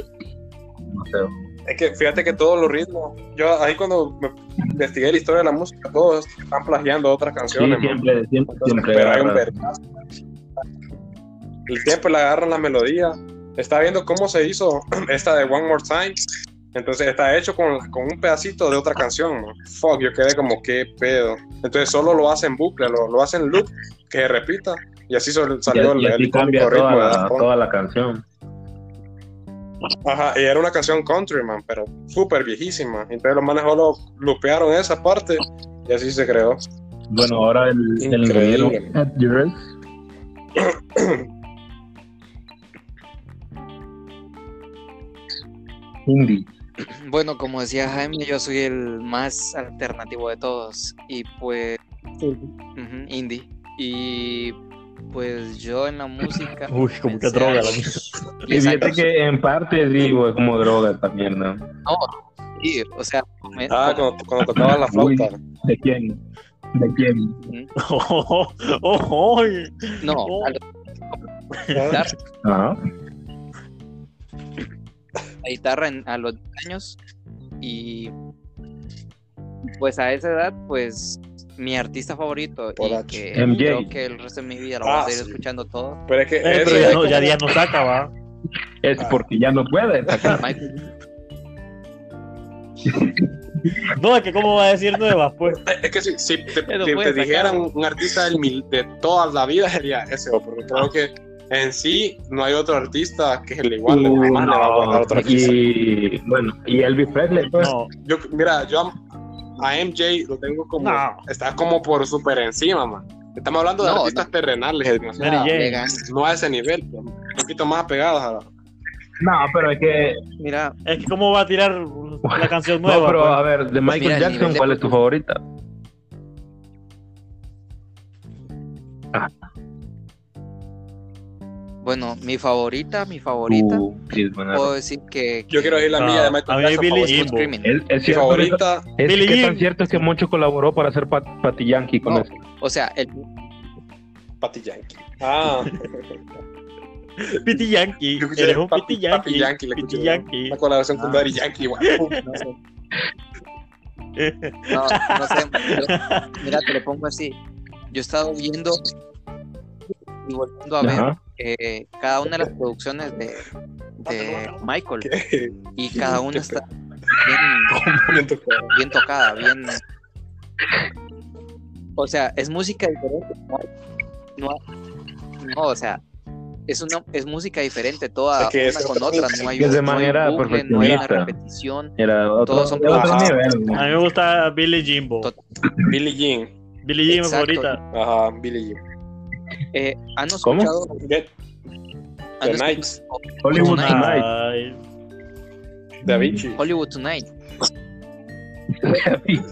S2: No sé.
S1: Es que fíjate que todos los ritmos. Yo ahí cuando me investigué la historia de la música, todos están plagiando otras
S2: Sí,
S1: canciones. man.
S2: siempre, siempre,
S1: Entonces,
S2: siempre.
S1: pero hay un
S2: agarra-
S1: vergazo. Y siempre le agarran la melodía. Está viendo cómo se hizo esta de One More Time. Entonces está hecho con, con un pedacito de otra canción. man. Fuck, yo quedé como, qué pedo. Entonces solo lo hacen bucle, lo, lo hacen loop, que se repita. Y así sol-
S2: y,
S1: salió
S2: y
S1: el,
S2: así
S1: el
S2: cambia
S1: icónico ritmo de
S2: toda la,
S1: Daft Punk.
S2: toda la canción.
S1: Ajá, y era una canción countryman, pero súper viejísima. Entonces los manes solo lupearon esa parte y así se creó.
S2: Bueno, ahora el, el
S1: Increíble.
S2: ingeniero Ed Durrell Indie.
S4: Bueno, como decía Jaime, yo soy el más alternativo de todos y pues ujú, indie y pues yo en la música.
S3: Uy, como que
S4: comencé
S3: droga
S4: a
S3: la mía.
S4: los 10
S2: Y fíjate
S4: años.
S2: que en parte digo, es como droga también, ¿no?
S4: Sí, o sea, come-
S1: Ah, cuando, cuando tocaba la
S2: Uy.
S1: flauta.
S2: ¿De quién? ¿De quién?
S3: Oh, oh, oh, oh.
S4: no, a los-
S1: Ah,
S2: Ajá.
S4: la guitarra en- a los 10 años y pues a esa edad, pues mi artista favorito y
S1: Borat.
S4: que
S2: MJ.
S4: creo que el resto de mi vida lo voy a
S1: Ah,
S4: seguir
S1: sí.
S4: escuchando todo.
S1: Pero es que
S3: Eh, pero
S1: ese
S3: ya,
S1: es
S3: no,
S1: como-
S3: ya, ya no saca, va.
S2: Es porque ya no puede.
S4: Michael,
S3: No, es que cómo va a decir nuevas, pues.
S1: Es que si, si te,
S4: Pero
S1: si
S4: puede
S1: te dijeran
S4: sacar.
S1: un artista del mil- de toda la vida sería ese, o, porque creo que en sí no hay otro artista que le iguale.
S2: Uh,
S1: jamás le va a guardar otro artista.
S2: y bueno, y Elvis Presley, pues.
S3: No,
S1: Yo, mira, yo a, a MJ lo tengo como.
S3: No.
S1: Está como por super encima, man. Estamos hablando de
S4: No,
S1: artistas terrenales. No,
S3: Mary
S4: ah,
S3: Jane.
S4: le gana.
S1: no a ese nivel, pero un poquito más apegados a la.
S2: No, pero es que.
S4: Mira,
S3: es que cómo va a tirar la canción
S2: No,
S3: nueva.
S2: pero
S3: pues.
S2: a ver, de Michael
S4: Mira, el nivel
S2: Jackson,
S4: de-
S2: ¿cuál es tu favorita?
S4: bueno, mi favorita, mi favorita. Pues,
S2: Uh, sí, es buena.
S4: puedo decir que,
S1: Yo quiero oír la
S3: No,
S1: mía de
S3: a mí
S1: Michael Jackson.
S3: Billie
S1: favorito.
S3: Jean.
S4: Smooth Criminal.
S2: Es, es
S1: Ah, Mi
S2: cierto,
S1: favorita.
S2: es
S3: Billie
S2: que
S3: Jean.
S2: tan cierto es que mucho colaboró para hacer Pat, Patty Yankee con
S4: No.
S2: eso.
S4: O sea, el,
S1: Patty Yankee. Ah,
S3: Pity Yankee.
S1: yo escuché
S3: Eres un
S1: Papi-
S3: Pity Yankee.
S1: Papi Yankee, le
S3: Pity
S1: escuché.
S3: Yankee.
S1: La colaboración con
S3: Ah.
S1: Daddy Yankee, igual. No sé.
S4: no, no sé, yo- mira, te lo pongo así. Yo he estado viendo y volviendo a ver
S2: Ajá.
S4: eh, cada una de las producciones de, de Michael y cada una está bien,
S1: Momento, claro.
S4: bien tocada, bien. O sea, es música diferente. No, hay- no, hay- no, o sea, es una es música diferente toda
S1: Es que es
S4: una con
S1: otra
S4: otra.
S1: música.
S4: No hay,
S2: Es de
S4: no hay
S2: manera
S4: bucle, no hay una
S2: perfeccionista.
S4: repetición.
S2: Era otro,
S4: Todos son
S2: era otro
S1: Ajá.
S2: nivel. ¿no?
S3: A mí me gusta Billie Jean, bo.
S4: Tot-
S1: Billie Jean.
S3: Billie Jean es mi
S4: Exacto.
S3: favorita.
S1: Ajá, Billie Jean.
S4: Eh, ¿Han
S2: ¿Cómo?
S4: escuchado?
S1: Get
S4: han
S1: The
S4: escuchado
S1: Nights
S2: Hollywood
S4: Tonight.
S2: Tonight.
S3: Ay,
S1: Da Vinci.
S4: Hollywood Tonight.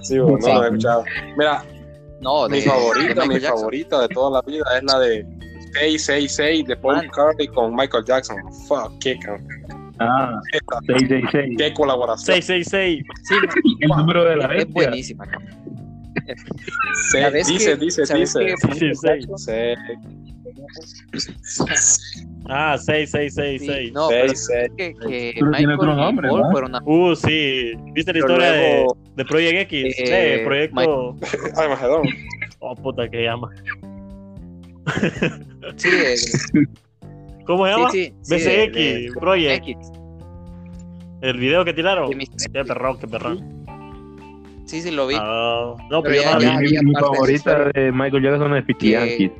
S1: Sí, bueno, no lo he escuchado. Mira,
S4: No, de,
S1: mi favorita,
S4: de
S1: mi
S4: Michael Jackson.
S1: favorita de toda la vida es la de 666 de Paul
S4: Man.
S1: McCartney con Michael Jackson. Fuck, qué canción.
S2: Ah, 666.
S1: Qué colaboración.
S3: 666.
S4: Sí,
S2: El número de la
S4: es
S2: bestia.
S4: buenísima.
S1: Se-
S4: ¿Sabes
S1: dice,
S4: que-
S1: dice,
S4: sabes
S1: dice.
S4: que Michael
S3: 666.
S4: Jackson-
S1: Se-
S3: Ah,
S4: sí,
S3: 6666.
S4: No, pero
S1: seis, seis.
S4: que, que
S2: Pero tiene
S4: Michael
S2: otro nombre,
S4: y Paul
S2: ¿no?
S4: fueron a-
S3: Uh, sí. ¿Viste la
S1: Pero
S3: historia de-
S1: luego-
S3: de, De Project X.
S4: Eh,
S3: de proyecto.
S7: Armagedón.
S3: Oh, puta, que llama.
S4: Sí, eh,
S3: ¿Cómo se
S4: sí,
S3: llama?
S4: sí, sí,
S3: BCX,
S4: de- de-
S3: Project.
S4: X,
S3: El video que tiraron.
S4: de mis-
S3: Qué perrón, qué perrón.
S4: Sí, sí, lo vi.
S3: Ah, no, pero
S4: Pero
S3: yo no
S4: ya-
S3: la vi.
S4: ya-
S2: mi
S4: había
S2: mi
S4: parte de
S2: favorita
S4: historia.
S2: de Michael Jackson es Picky
S4: Que-
S2: Yankee.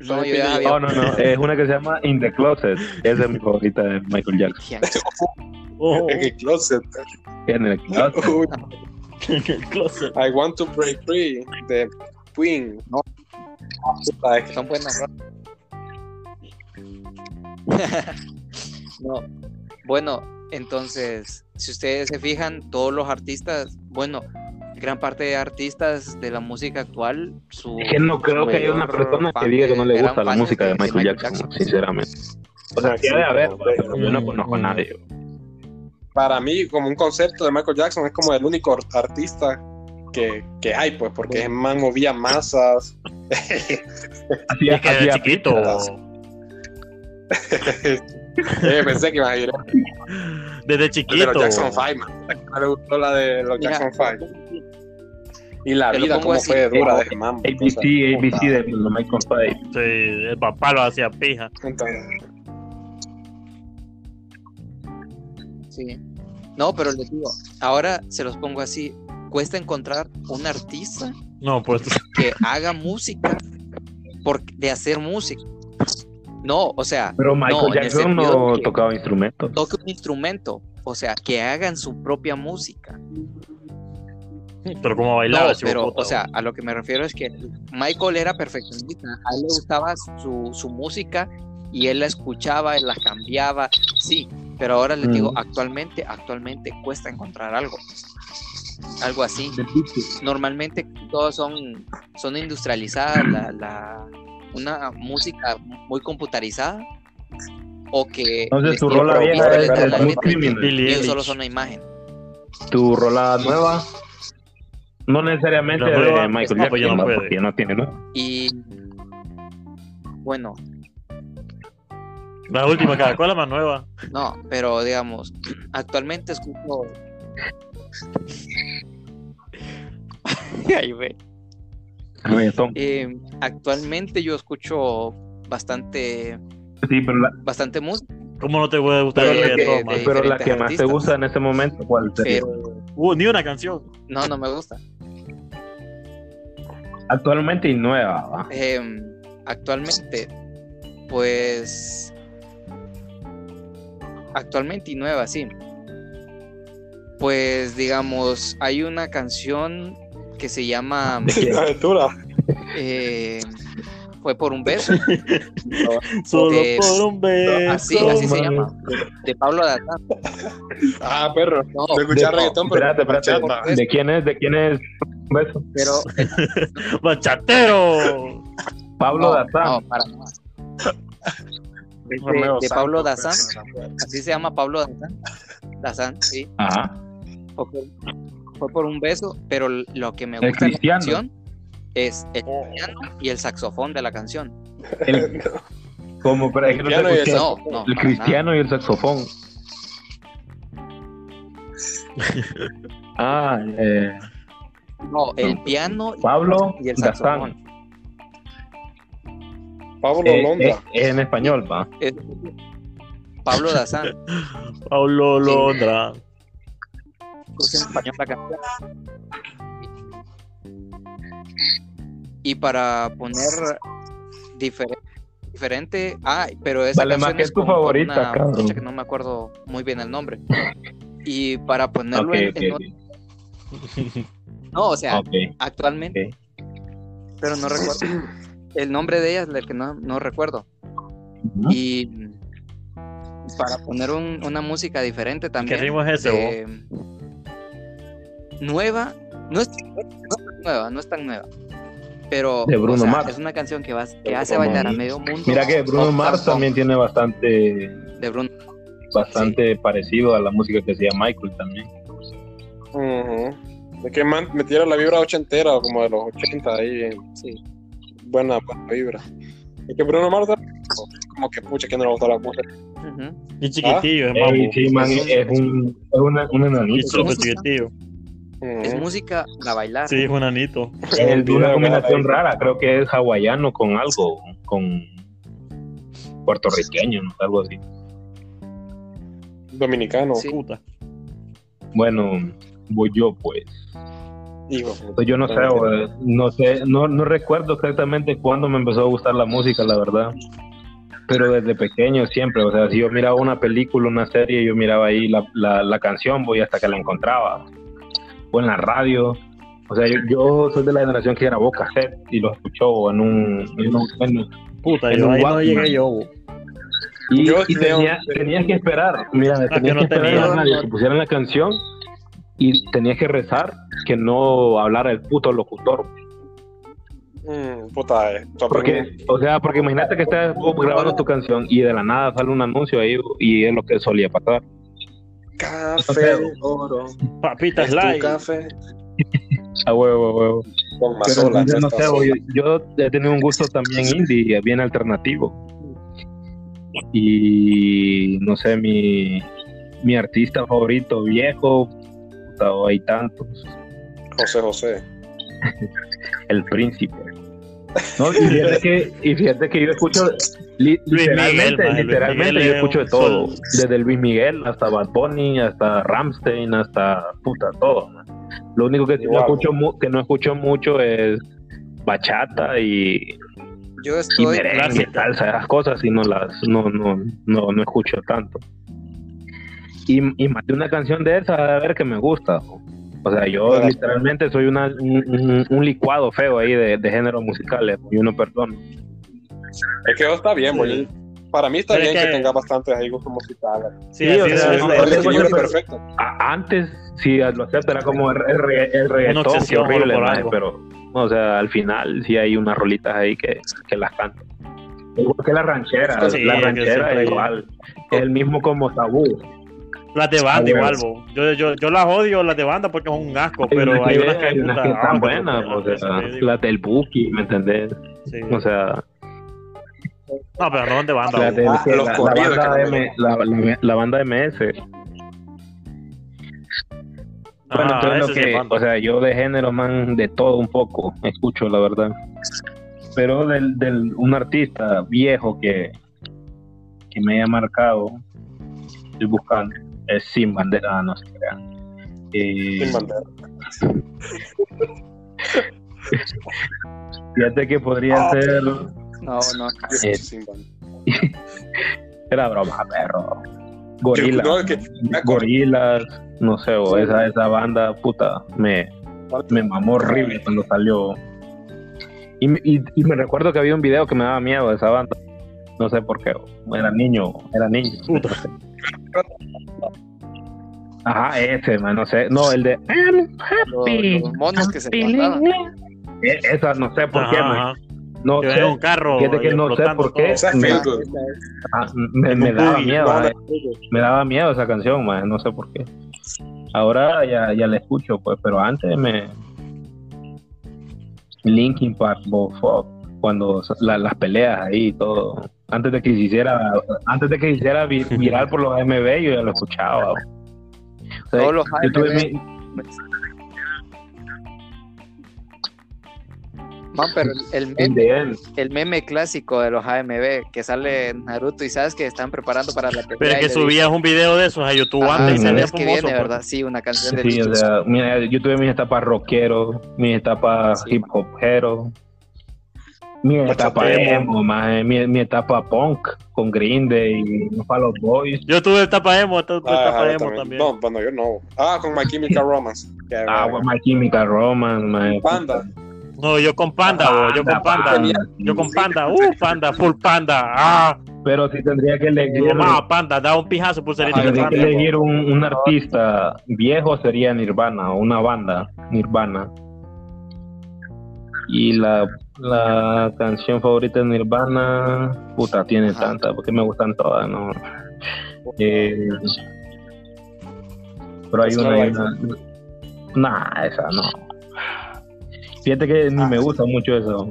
S4: No, yo ya había-
S2: Oh, no, no, es una que se llama In the Closet. Esa es mi favorita de Michael Jackson.
S3: Oh,
S7: En el closet.
S2: En el closet.
S7: Uy,
S3: qué closet.
S7: I want to break free. De Queen. No. Puta, es que-
S4: Son buenas No. Bueno, entonces, si ustedes se fijan, todos los artistas, bueno, gran parte de artistas de la música actual, su
S2: Es que no creo que haya una
S4: mayor
S2: persona que
S4: fan-
S2: diga que no le
S4: eran
S2: gusta la
S4: fans
S2: música de Michael Jackson, sinceramente. O sea, sí debe haber, pero yo no conozco a nadie.
S7: Para mí, como un concepto de Michael Jackson, es como el único artista que, que hay, pues, porque es man movía masas.
S2: Así
S3: Es que era
S2: así-
S3: chiquito.
S7: Eh, pensé que ibas a ir
S3: Desde
S7: de los
S3: chiquito.
S7: Jackson 5, man. Me gustó la de los
S4: Mira.
S7: Jackson 5. Y la
S4: Te lo
S7: vida,
S4: pongo
S7: cómo
S4: así.
S7: fue dura
S2: Eh,
S7: de ese mambo.
S2: ABC,
S7: Puta.
S2: ABC de los Michael Five.
S3: Sí, el papá lo hacía pija.
S7: Entonces,
S4: Sí. No, pero les digo, ahora se los pongo así, cuesta encontrar un artista
S3: No, pues.
S4: que haga música por, de hacer música. No, o sea,
S2: Pero Michael
S4: en el
S2: Jackson
S4: sentido
S2: no
S4: que-
S2: tocaba instrumentos.
S4: toque un instrumento, o sea, que hagan su propia música.
S3: Pero cómo bailaba.
S4: No,
S3: chico,
S4: pero,
S3: puta.
S4: o sea, a lo que me refiero es que Michael era perfeccionista, a él le gustaba su, su música y él la escuchaba, él la cambiaba, sí, pero ahora les
S7: Mm.
S4: digo, actualmente, actualmente cuesta encontrar algo, algo así. Normalmente todos son, son industrializadas, la, la- una música muy computarizada o que...
S2: Entonces, su
S4: les-
S2: rola
S4: les-
S2: vieja
S4: les-
S2: es
S4: les-
S2: el
S4: la
S2: Smooth
S4: letra,
S2: Criminal.
S3: Billie
S4: ellos solo
S3: Eilish.
S4: son una imagen.
S2: Tu rola nueva, no necesariamente
S3: La nueva-
S2: de Michael
S3: no, pues
S2: Jackson,
S3: ya no
S2: ¿no?
S3: puede.
S2: porque ya no tiene, ¿no?
S4: Y bueno,
S3: La última, cada cual la más nueva.
S4: no, pero digamos, actualmente escucho. Ay, güey.
S2: Reggaetón.
S4: Eh, actualmente yo escucho bastante
S2: Sí, pero la,
S4: bastante música,
S3: ¿Cómo no te puede gustar el
S4: Pero de-
S3: reggaetón,
S4: de-
S3: man?
S2: pero la que más te
S4: artistas.
S2: gusta en este momento, ¿cuál sería?
S4: pero
S3: Uh, ni una canción.
S4: no, no me gusta.
S2: Actualmente y nueva, ¿va?
S4: Eh, actualmente, pues actualmente y nueva, sí. Pues digamos, hay una canción que se llama
S7: la aventura.
S4: eh, fue por un beso,
S3: Solo
S4: de-
S3: por un beso.
S4: así, así se llama, de Pablo Datán.
S7: Ah, perro.
S4: No,
S7: No escuchaba reggaetón, pero.
S2: Espérate, espérate.
S7: Bachata.
S2: ¿De quién es? ¿De quién es? Un beso.
S4: pero
S3: ¡Bachatero!
S2: Pablo
S4: no,
S2: Datán.
S4: no, para nada.
S7: Romeo
S4: De, de
S7: Santos, pues.
S4: Pablo
S7: perro,
S4: Dazán,
S7: la
S4: así se llama Pablo Dazán. Dazán, sí.
S2: Ajá.
S4: ok. Fue por un beso, pero lo que me
S2: El
S4: gusta de la
S2: cristiano.
S4: canción es el
S2: Eh,
S4: piano y el saxofón de la canción.
S2: El- como para que no
S7: Ya
S2: te
S7: no hay
S2: escuché.
S7: eso.
S4: No,
S2: El
S4: no. para nada.
S2: cristiano y el saxofón. ah, eh,
S4: No, el piano y-
S2: Pablo
S4: y el
S2: Datán.
S4: saxofón.
S7: Pablo
S2: Eh,
S7: Londra.
S2: eh, en español, va.
S4: Es- Pablo Dazán.
S3: Pablo Londra.
S4: es en español la canción. Y para poner diferente, diferente. Ah, pero esa
S2: Vale, más
S4: canción
S2: que
S4: es
S2: tu
S4: con- con
S2: favorita,
S4: una
S2: cabrón.
S4: muchacha que no me acuerdo muy bien el nombre. Y para ponerlo
S2: Ok,
S4: en, en
S2: ok,
S4: otro- no, o sea,
S2: ok.
S4: actualmente, pero no recuerdo el nombre de ella es el que no, no recuerdo.
S2: Ujú.
S4: Y para poner un- una música diferente
S3: ¿Qué
S4: también.
S3: ritmo es ese, vos?
S4: eh, nueva, no es, no es nueva, no es tan nueva. Pero
S2: De Bruno
S4: o sea,
S2: Mars.
S4: es una canción que, va, que
S7: De
S4: hace
S7: Bruno
S4: bailar a
S2: Mars.
S4: medio mundo.
S2: Mira que Bruno
S4: Pop,
S2: Mars
S4: pop, pop,
S2: también tiene bastante
S4: De Bruno.
S2: bastante parecido a la música que hacía Michael también.
S7: Ujú. De que man, metiera la vibra ochentera, como de los 80, ahí bien.
S4: Sí.
S7: Buena, buena vibra. Es que Bruno Mars como que pucha que no le gusta la música.
S4: Ujú.
S3: Y chiquitillo, es
S2: Ey,
S3: mambo.
S2: sí, man, es Ah, un es una, un
S3: Y
S2: enanito.
S3: súper chiquitillo.
S4: Es música para bailar.
S3: Sí, Juananito.
S2: Pues, El- una combinación rara, creo que es hawaiano con algo, con puertorriqueño, ¿no? algo así.
S7: Dominicano.
S4: Sí.
S3: Puta.
S2: Bueno, voy yo pues.
S7: Hijo.
S2: Pues Yo no sé, o- no sé, no, no recuerdo exactamente cuándo me empezó a gustar la música, la verdad. Pero desde pequeño siempre, o sea, si yo miraba una película, una serie, yo miraba ahí la, la, la canción, voy hasta que la encontraba. O en la radio. O sea, yo, yo soy de la generación que grabó cassette y lo escuchó en un... en un- en-
S3: Puta,
S2: En
S3: yo
S2: un
S3: ahí no
S2: Walkman.
S3: llegué yo. bo.
S2: y
S7: Yo
S2: y
S7: creo-
S2: tenía, tenías que esperar, mira, tenías
S3: no
S2: que esperar
S3: tenía.
S2: a la radio que pusieran la canción y tenías que rezar que no hablara el puto locutor.
S7: Mm, puta, eh. Tú
S2: Porque,
S7: aprendes.
S2: o sea, porque imagínate que estás grabando tu canción y de la nada sale un anuncio ahí y es lo que solía pasar.
S7: Café oro.
S3: Papitas
S7: Es tu
S3: live.
S7: café.
S2: A huevo, a huevo.
S7: Con más
S2: Pero
S7: olas,
S2: yo, no
S7: estas
S2: sé,
S7: olas.
S2: yo, yo he tenido un gusto también indie, bien alternativo. Y no sé, mi, mi artista favorito viejo, puta, o hay tantos,
S7: José José.
S2: el príncipe. No, y, fíjate que, y fíjate que yo escucho li-
S3: Luis Miguel,
S2: literalmente,
S3: maje, Luis
S2: literalmente
S3: Miguel
S2: yo
S3: es
S2: escucho
S3: un
S2: de todo,
S3: sol.
S2: desde Luis Miguel hasta Bad Bunny, hasta Ramstein, hasta puta todo. man. Lo único que no
S7: Wow.
S2: escucho mu- que no escucho mucho es bachata y,
S4: Yo
S2: y
S4: estoy.
S2: merengue,
S3: clásica.
S2: salsa, esas cosas y no las no no no, no escucho tanto. Y, y más de una canción de esas a ver que me gusta. ¿no? O sea, yo
S7: Claro.
S2: literalmente soy una, un, un- un licuado feo ahí de, de géneros musicales, y uno perdona.
S7: Es que está bien, pues, güey. Para mí está
S3: Pero es
S7: bien que,
S3: que-
S7: tenga bastantes ahí gustos musicales.
S3: Sí,
S2: Sí, o
S3: así
S2: sea,
S3: es,
S2: no,
S7: El
S2: es
S3: es-
S2: que yo
S7: equilibrio es
S2: creo-
S7: perfecto.
S2: A- antes sí lo acepto, era como el, el, regga- el reggaetón, qué
S3: obsesión
S2: horrible,
S3: por
S2: maje,
S3: algo.
S2: pero o sea, al final sí hay unas rolitas ahí que, que las canto. Igual que la ranchera,
S3: Sí,
S2: la
S3: que
S2: ranchera
S3: siempre-
S2: igual, es el mismo como tabú.
S3: Las de banda
S2: Adiós.
S3: igual, bo. Yo, yo, yo las odio, las de banda, porque es un asco, pero hay unas que,
S2: hay unas
S3: puta,
S2: que están
S3: hombre,
S2: buenas,
S3: puta,
S2: o sea,
S3: pues, sí, sí,
S2: las del Buki, ¿me entendés?
S3: sí.
S2: O sea,
S3: No, pero no son de banda.
S2: la,
S3: bo.
S2: de,
S7: ah,
S2: que
S7: los
S2: la- la
S7: corridos
S2: banda
S7: que no me
S2: M- la- la- la banda MS. Bueno,
S3: Ah,
S2: entonces lo
S3: ese sí es
S2: que-
S3: banda.
S2: o sea, yo de género, man, de todo un poco, escucho, la verdad. Pero del, del un artista viejo que, que me haya marcado, estoy buscando, es Sin Bandera, ah, no Eh, sé qué.
S7: Sin bandera.
S2: fíjate que podría
S7: Ah.
S2: ser,
S4: No, no.
S2: Eh,
S7: Sin bandera.
S2: era broma, perro. Gorila,
S7: Yo- no, es que-
S2: gorilas, no sé, o esa, esa banda, puta, me, me mamó horrible cuando salió. Y, me- y, y me recuerdo que había un video que me daba miedo de esa banda. No sé por qué. Era niño, era niño. Ajá, ese, man, no sé. No, el de... "I'm
S4: Los,
S2: happy,
S4: los monos que se
S2: feeling
S4: levantaban.
S2: good". E- Esa, no sé por
S3: Ajá,
S2: qué, man.
S3: ajá.
S2: No
S3: Que
S2: sé.
S3: era un carro.
S2: Fíjate que
S3: ahí
S2: no sé
S3: explotando
S2: por qué.
S3: todo.
S7: Esa es
S2: Me-
S7: feel good.
S2: Ah, me,
S3: En
S2: me
S3: un
S2: daba
S3: boogie,
S2: miedo,
S7: no,
S2: eh. me daba miedo esa canción, man, no sé por qué. Ahora ya, ya la escucho, pues, pero antes me. Linkin Park, bo, fuck, cuando sa- la- las peleas ahí y todo. Antes de que se hiciera, antes de que se hiciera vi- viral por los AMB, yo ya lo escuchaba. O sea,
S4: Todos los
S2: yo tuve
S4: AMB.
S2: mi-
S4: Man, pero el,
S2: in
S4: meme,
S2: the end.
S4: el meme clásico de los AMB que sale Naruto y sabes que están preparando para la pelea.
S3: Pero es
S4: y
S3: que
S4: le
S3: subías un video de esos a YouTube
S2: Ah,
S3: antes y
S4: dicen, "Ajá,
S3: salía
S4: es que
S3: famoso.
S4: viene,
S3: pues.
S4: ¿verdad? Sí, una canción de
S2: Sí, o sea, mira, yo tuve mis etapas rockero, mis etapas
S4: Sí,
S2: hip hopero, mi etapa emo, maje, mi, mi etapa punk con Green Day, Fall Out Boys.
S3: Yo tuve etapa emo, tu- tuve
S7: Ah,
S3: etapa
S7: ajá,
S3: emo
S7: también.
S3: también.
S7: No, bueno, yo no. Ah, con My Chemical Romance. Qué
S2: Ah,
S7: verga.
S2: bueno, My Chemical Romance, maje.
S7: Panda.
S3: No, yo con panda, bo, yo con panda. Yo con panda, uh, panda, full panda. Ah,
S2: Pero sí Ah, tendría que elegir,
S3: mamá, panda, da un pijazo pulserita
S7: Ajá,
S3: de
S7: yo
S2: tendría que
S3: panda.
S7: también.
S2: elegir un, un artista viejo sería Nirvana, o una banda, Nirvana. Y la, la canción favorita de Nirvana, puta, tiene
S4: Ajá.
S2: tanta, porque me gustan todas, ¿no? Eh, pero hay una, hay una. Nah, esa no. Fíjate que ni
S7: Ah.
S2: me gusta mucho eso.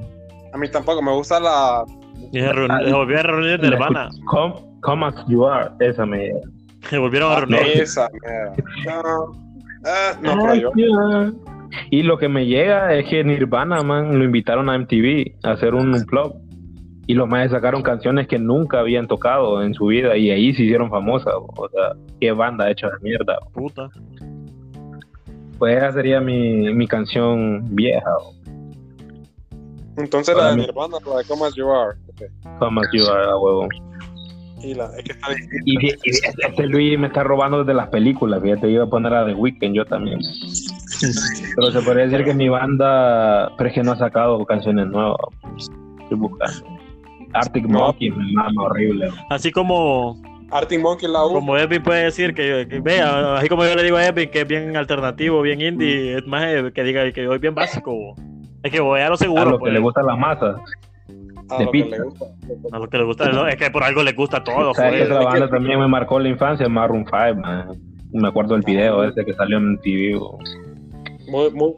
S7: A mí tampoco me gusta la.
S3: Y se reun- se volvieron a reunir de Nirvana.
S2: Come, come as you are, esa me. Ah,
S3: Se volvieron a reunir.
S7: Esa, mierda. No. Ah, no, pero yo.
S2: Y lo que me llega es que Nirvana, man, lo invitaron a MTV a hacer un unplug. Y los más sacaron canciones que nunca habían tocado en su vida y ahí se hicieron famosas. bo. O sea, qué banda hecha de mierda. bo.
S3: Puta.
S2: Pues esa sería mi, mi canción vieja. bo.
S7: Entonces la de mi hermana, la de Come As You Are.
S2: Toma, aquí va, a huevo.
S7: Y la, es que está
S2: Y, y- y este Luis me está robando desde las películas, fíjate, iba a poner a The Weeknd yo también. Pero se podría decir que mi banda, pero es que no ha sacado canciones nuevas. Estoy buscando. Arctic
S7: No.
S2: Monkeys, me mama horrible.
S3: Así como,
S7: Arctic Monkey la U.
S3: como Edwin puede decir que, que- vea, así como yo le digo a Edwin que es bien alternativo, bien
S2: Mm.
S3: indie, es más eh, que diga que yo es bien básico. bo. Es que voy a lo
S2: A
S3: seguro,
S2: lo que
S3: pues,
S2: le gusta la masa.
S7: A
S2: de
S7: lo que
S2: pizza.
S7: le gusta.
S3: a lo que le gusta, no, es que por algo le gusta a todos.
S2: ¿Sabes qué
S3: pues.
S2: otra banda también me marcó la infancia? Maroon 5, man. Me acuerdo del video ese que salió en TV. bo.
S7: Muy, muy,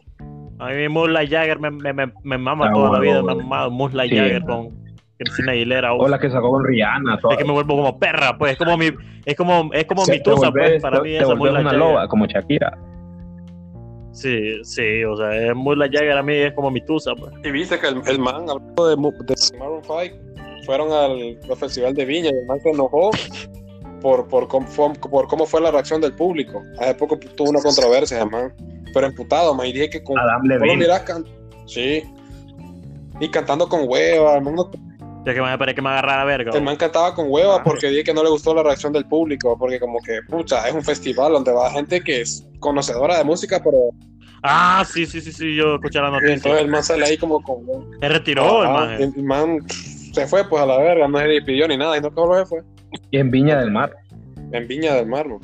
S3: A mí Mula Jagger me, me, me, me mama
S2: Ah,
S3: toda la
S2: bueno,
S3: vida, me ha
S2: bueno.
S3: mamado Mula
S2: Sí.
S3: Jagger con Cristina Aguilera.
S2: O
S3: Hola.
S2: la que sacó con Rihanna.
S3: Es que me vuelvo como perra, pues, es como mi, es como, es como mi tusa, pues, para mí
S2: te
S3: esa
S2: volvés
S3: Mula
S2: una
S3: Jagger.
S2: loba, como Shakira.
S3: Sí, sí, o sea, es Mula Jagger a mí es como mi tusa, pues.
S7: Y viste que el, el man, hablando de, Mu- de Maroon 5, fueron al al festival de Viña y el man se enojó por, por, cómo, fue, por cómo fue la reacción del público. Hace poco tuvo una controversia, el man. Pero emputado, man. Y dije que con.
S2: Adam
S7: vos lo
S2: Levine.
S7: mirás can- Sí. Y cantando con hueva. El man, no-
S3: Ya que me parece que me agarrar a verga.
S7: el man cantaba con hueva porque dije que no le gustó la reacción del público. Porque, como que, pucha, es un festival donde va gente que es conocedora de música, pero.
S3: Ah, sí, sí, sí, sí, yo escuché la
S7: y entonces
S3: noticia.
S7: el man sale ahí como con.
S3: Se retiró,
S7: Ah,
S3: hermano.
S7: el man se fue pues a la verga, no se despidió ni nada, y no solo se fue.
S2: Y en Viña del Mar.
S7: En Viña del Mar, ¿no?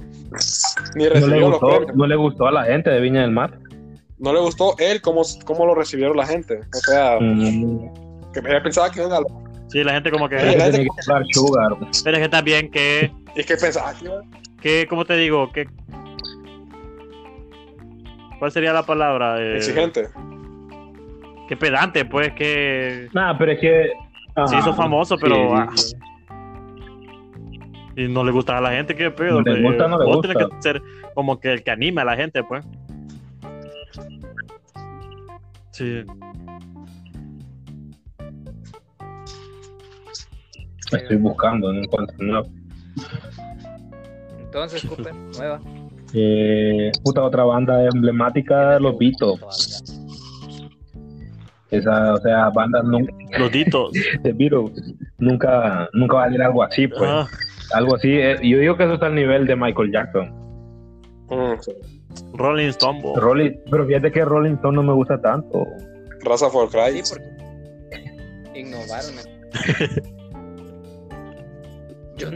S7: Ni
S2: No le,
S7: recibió los
S2: gustó,
S7: premios.
S2: no le gustó a la gente de Viña del Mar.
S7: No le gustó él cómo, cómo lo recibieron la gente. O sea,
S2: Mm.
S7: que él pensaba que iban a lo-
S3: Sí, la gente como que.
S7: Sí,
S2: Ella
S7: la-
S3: Pero
S2: tenía que comprar Sugar. pues.
S3: es que también que,
S7: Es que pensaba que iban
S3: que, ¿cómo te digo? Que. ¿Cuál sería la palabra? Eh,
S7: exigente.
S3: Que pedante, pues, que.
S2: Nada, pero es que.
S3: Se hizo famoso, pero. ah,
S2: sí.
S3: y no le gustaba a la gente, qué
S2: No
S3: pedo.
S2: le
S3: pues?
S2: gusta, no le
S3: Vos
S2: gusta.
S3: tenés que ser como que el que anima a la gente, pues. Sí.
S2: Estoy buscando, no encuentro nada.
S4: Entonces, Cooper, nueva.
S2: Eh, puta, otra banda emblemática, Los Beatles. Esa, o sea, bandas nunca,
S3: Los ditos.
S2: de Beatles, nunca, nunca va a salir algo así, pues.
S3: Ah,
S2: Algo así. eh, yo digo que eso está al nivel de Michael Jackson.
S7: Mm, sí.
S3: Rolling Stone. bo.
S2: Rolling, pero fíjate que Rolling Stone no me gusta tanto.
S7: Raza for
S4: Sí,
S7: Cry.
S4: porque innovaron. eh. Yo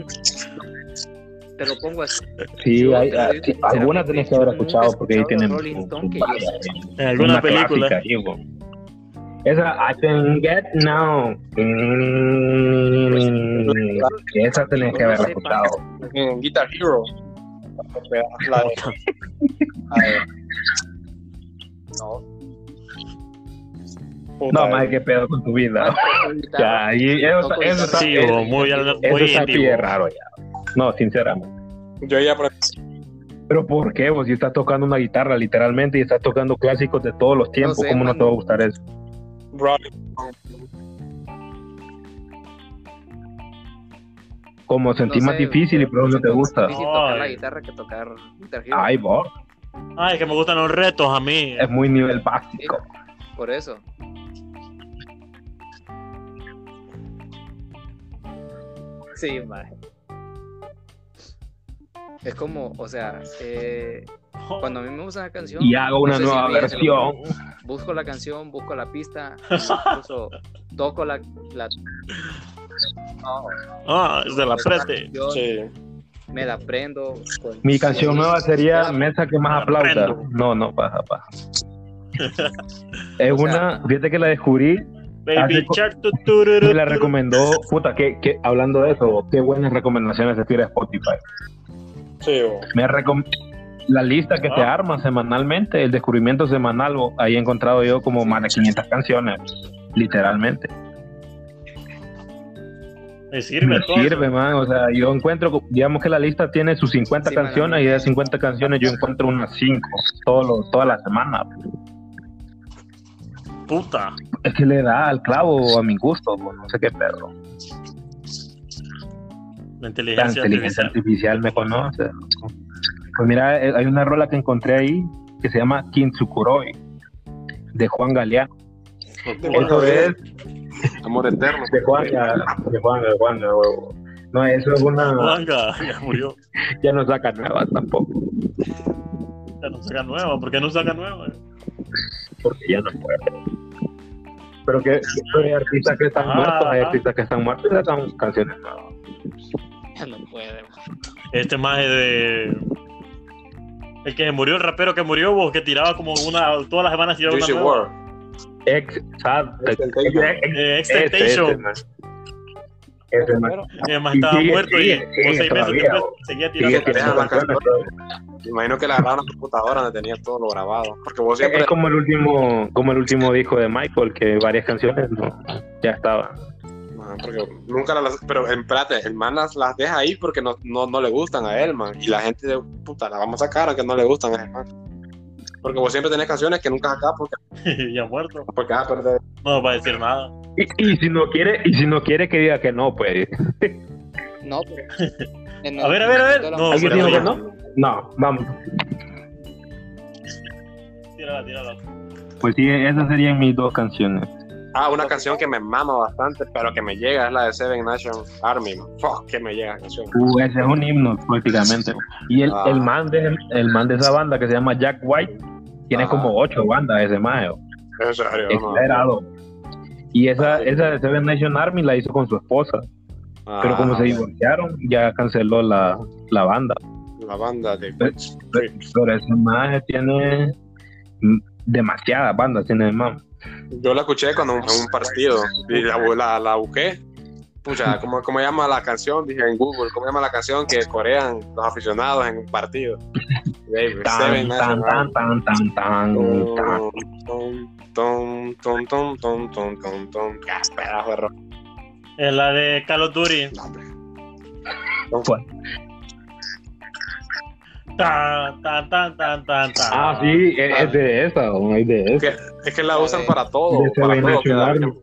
S4: te lo pongo así.
S2: Sí,
S4: Yo
S2: hay,
S4: te lo
S2: ah,
S4: digo
S2: sí,
S4: sinceramente,
S2: algunas tenés que haber
S4: yo nunca he
S2: escuchado porque ahí
S4: escuchado
S2: tienen
S4: los Rolling
S2: su-
S4: Stone
S2: su
S4: que
S2: varias, eh.
S3: En alguna
S2: Una
S3: película.
S2: clásica, sí, bo. Esa, I can get now.
S4: Pues,
S2: Mm, esa tenés que haber escuchado.
S7: Mm, Guitar Hero. O sea, la de- la de- No. Puta,
S2: No, más qué pedo con tu vida. Ya,
S4: Ah,
S2: ahí, eso,
S4: Toco
S2: eso está,
S4: guitarra.
S3: Sí,
S2: eso-
S3: bo, muy, al-
S2: eso
S3: muy
S2: está
S3: indie,
S2: pie
S3: bo.
S2: raro ya. No, sinceramente.
S7: eh, Yo ya aprendí.
S2: Pero ¿por qué? Vos si estás tocando una guitarra literalmente y estás tocando clásicos de todos los tiempos,
S4: sé,
S2: ¿cómo no
S4: mano.
S2: te va a gustar eso?
S7: Rolling.
S2: Como sentí
S4: No
S2: más
S4: sé,
S2: difícil y por eso no te gusta.
S4: Es más difícil tocar la
S3: Ay.
S4: guitarra que tocar Guitar Hero.
S2: Ay, vos,
S3: Ay, que me gustan los retos a mí.
S2: es muy nivel básico.
S4: Eh, Por eso. Sí, maje. Es como, o sea, eh,
S3: Oh,
S4: cuando a mí me gusta una canción.
S2: Y hago una
S4: no sé si
S2: nueva
S4: a ella se lo-
S2: versión.
S4: busco la canción, busco la pista, incluso toco la, la- No,
S3: Ah, se la
S4: la
S3: preste.
S4: canción,
S7: Sí.
S4: me la aprendo. con-
S2: Mi canción nueva sería Mesa que más aplauda.
S3: Aprendo.
S2: No, no, pasa, pasa. Es
S4: O sea-
S2: una, fíjate que la descubrí,
S3: Baby
S2: Así co-
S3: Shark tu, tururú,
S2: Ah, me la
S3: tururú.
S2: recomendó, puta, que, que hablando de eso, qué buenas recomendaciones se tira Spotify.
S7: Sí, bo.
S2: Me recom- la lista que te
S3: Ah.
S2: arma semanalmente, el descubrimiento semanal, bo, ahí he encontrado yo como más de 500 canciones, literalmente.
S3: Me sirve
S2: Me
S3: todo.
S2: sirve, man. O sea, yo encuentro, digamos que la lista tiene sus 50
S4: Sí, man,
S2: canciones
S4: a mí-
S2: y de esas 50 canciones yo encuentro unas 5 todos los- toda la semana.
S3: Puta.
S2: Es que le da al clavo a mi gusto, pues, no sé qué pedo. La
S3: La inteligencia
S2: inteligencia
S3: artificial.
S2: artificial me conoce. Pues mira, eh, hay una rola que encontré ahí que se llama Kintsukuroi de Juan Galeano.
S3: Puta.
S2: Eso es
S7: Amor eterno.
S2: de Juan, de Juan, de Juan, de huevo. No, eso es una.
S3: Manga, ya murió.
S2: Ya no saca nueva tampoco,
S3: Ya no saca nueva. ¿Por qué no saca nueva?
S2: porque ya no puede. Pero que pero hay artistas que están
S3: Ah.
S2: muertos, hay artistas que están muertos y sacan canciones nuevas.
S4: Ya no puede, man.
S3: Este más de. El que murió, el rapero que murió, vos, que tiraba como una. Todas las semanas tiraba una.
S7: Juicy
S3: nueva.
S7: World.
S2: Ex, sad,
S7: Extentation.
S2: Ese,
S3: Eh,
S2: ese,
S3: Extentation.
S2: man. Ese, man.
S3: Y además eh, estaba
S2: Este, Sigue,
S3: muerto y
S2: sigue,
S3: como
S2: sigue
S3: seis meses
S2: todavía,
S3: después
S2: vos.
S3: seguía
S2: Sigue
S3: tirando.
S2: tirando
S7: la
S2: canciones, pero-
S7: Me imagino que la grabaron la computadora donde tenía todo lo grabado. Porque vos siempre.
S2: Es como el último, como el último disco de Michael, que varias canciones no, ya estaba.
S7: Ajá, porque nunca las. Pero espérate, el man las, las deja ahí porque no, no, no le gustan a él, man. Y la gente de puta, la vamos a sacar aunque no le gustan a él, man. Porque vos siempre tenés canciones que nunca sacás porque,
S3: ya muerto.
S7: porque vas a perder.
S3: No va a decir nada.
S2: Y, y si no quiere, y si no quiere que diga que no, pues.
S4: No, pero.
S3: A ver, a ver, a ver. No,
S2: ¿Alguien
S3: pero
S2: dijo que
S3: ya.
S2: no? No, vamos.
S3: Tírala, tírala.
S2: Pues sí, esas serían mis dos canciones.
S7: Ah, una canción que me mama bastante, pero que me llega, es la de Seven Nation Army. man. Fuck, que me llega esa canción.
S2: Uh, ese es un himno prácticamente. Y el,
S7: Ah.
S2: el, man de, el man de esa banda que se llama Jack White tiene
S7: Ah.
S2: como ocho bandas ese mayo.
S7: En serio, no.
S2: Exagerado. Y
S7: Ah,
S2: esa, esa de Seven Nation Army la hizo con su esposa. Pero como
S7: Ah,
S2: se divorciaron, ya canceló la, la banda.
S7: La banda de.
S2: Pero, pero ese maje tiene mm, demasiadas bandas, tiene el man.
S7: Yo la escuché cuando en un partido y la, la, la busqué. Pucha, ¿cómo, ¿cómo llama la canción? Dije en Google, ¿cómo llama la canción que corean los aficionados en un partido? Baby,
S2: Tan, tan,
S7: Seven Nation
S2: tan,
S7: Army.
S2: tan, tan, tan, tan.
S7: Tom, tom, tom, tom, tom, tom, tom, tom. Ah, pedazo de rock.
S3: Es la de Call of Duty.
S7: No, hombre.
S3: Tan, tan, tan, tan, tan, tan.
S2: Ah, sí, es, es de esa, ¿no? es de esa.
S7: Es que la usan para todo.
S2: Eh, De Seven
S7: Para todo
S2: Nation
S7: queda
S2: Army.
S7: bien.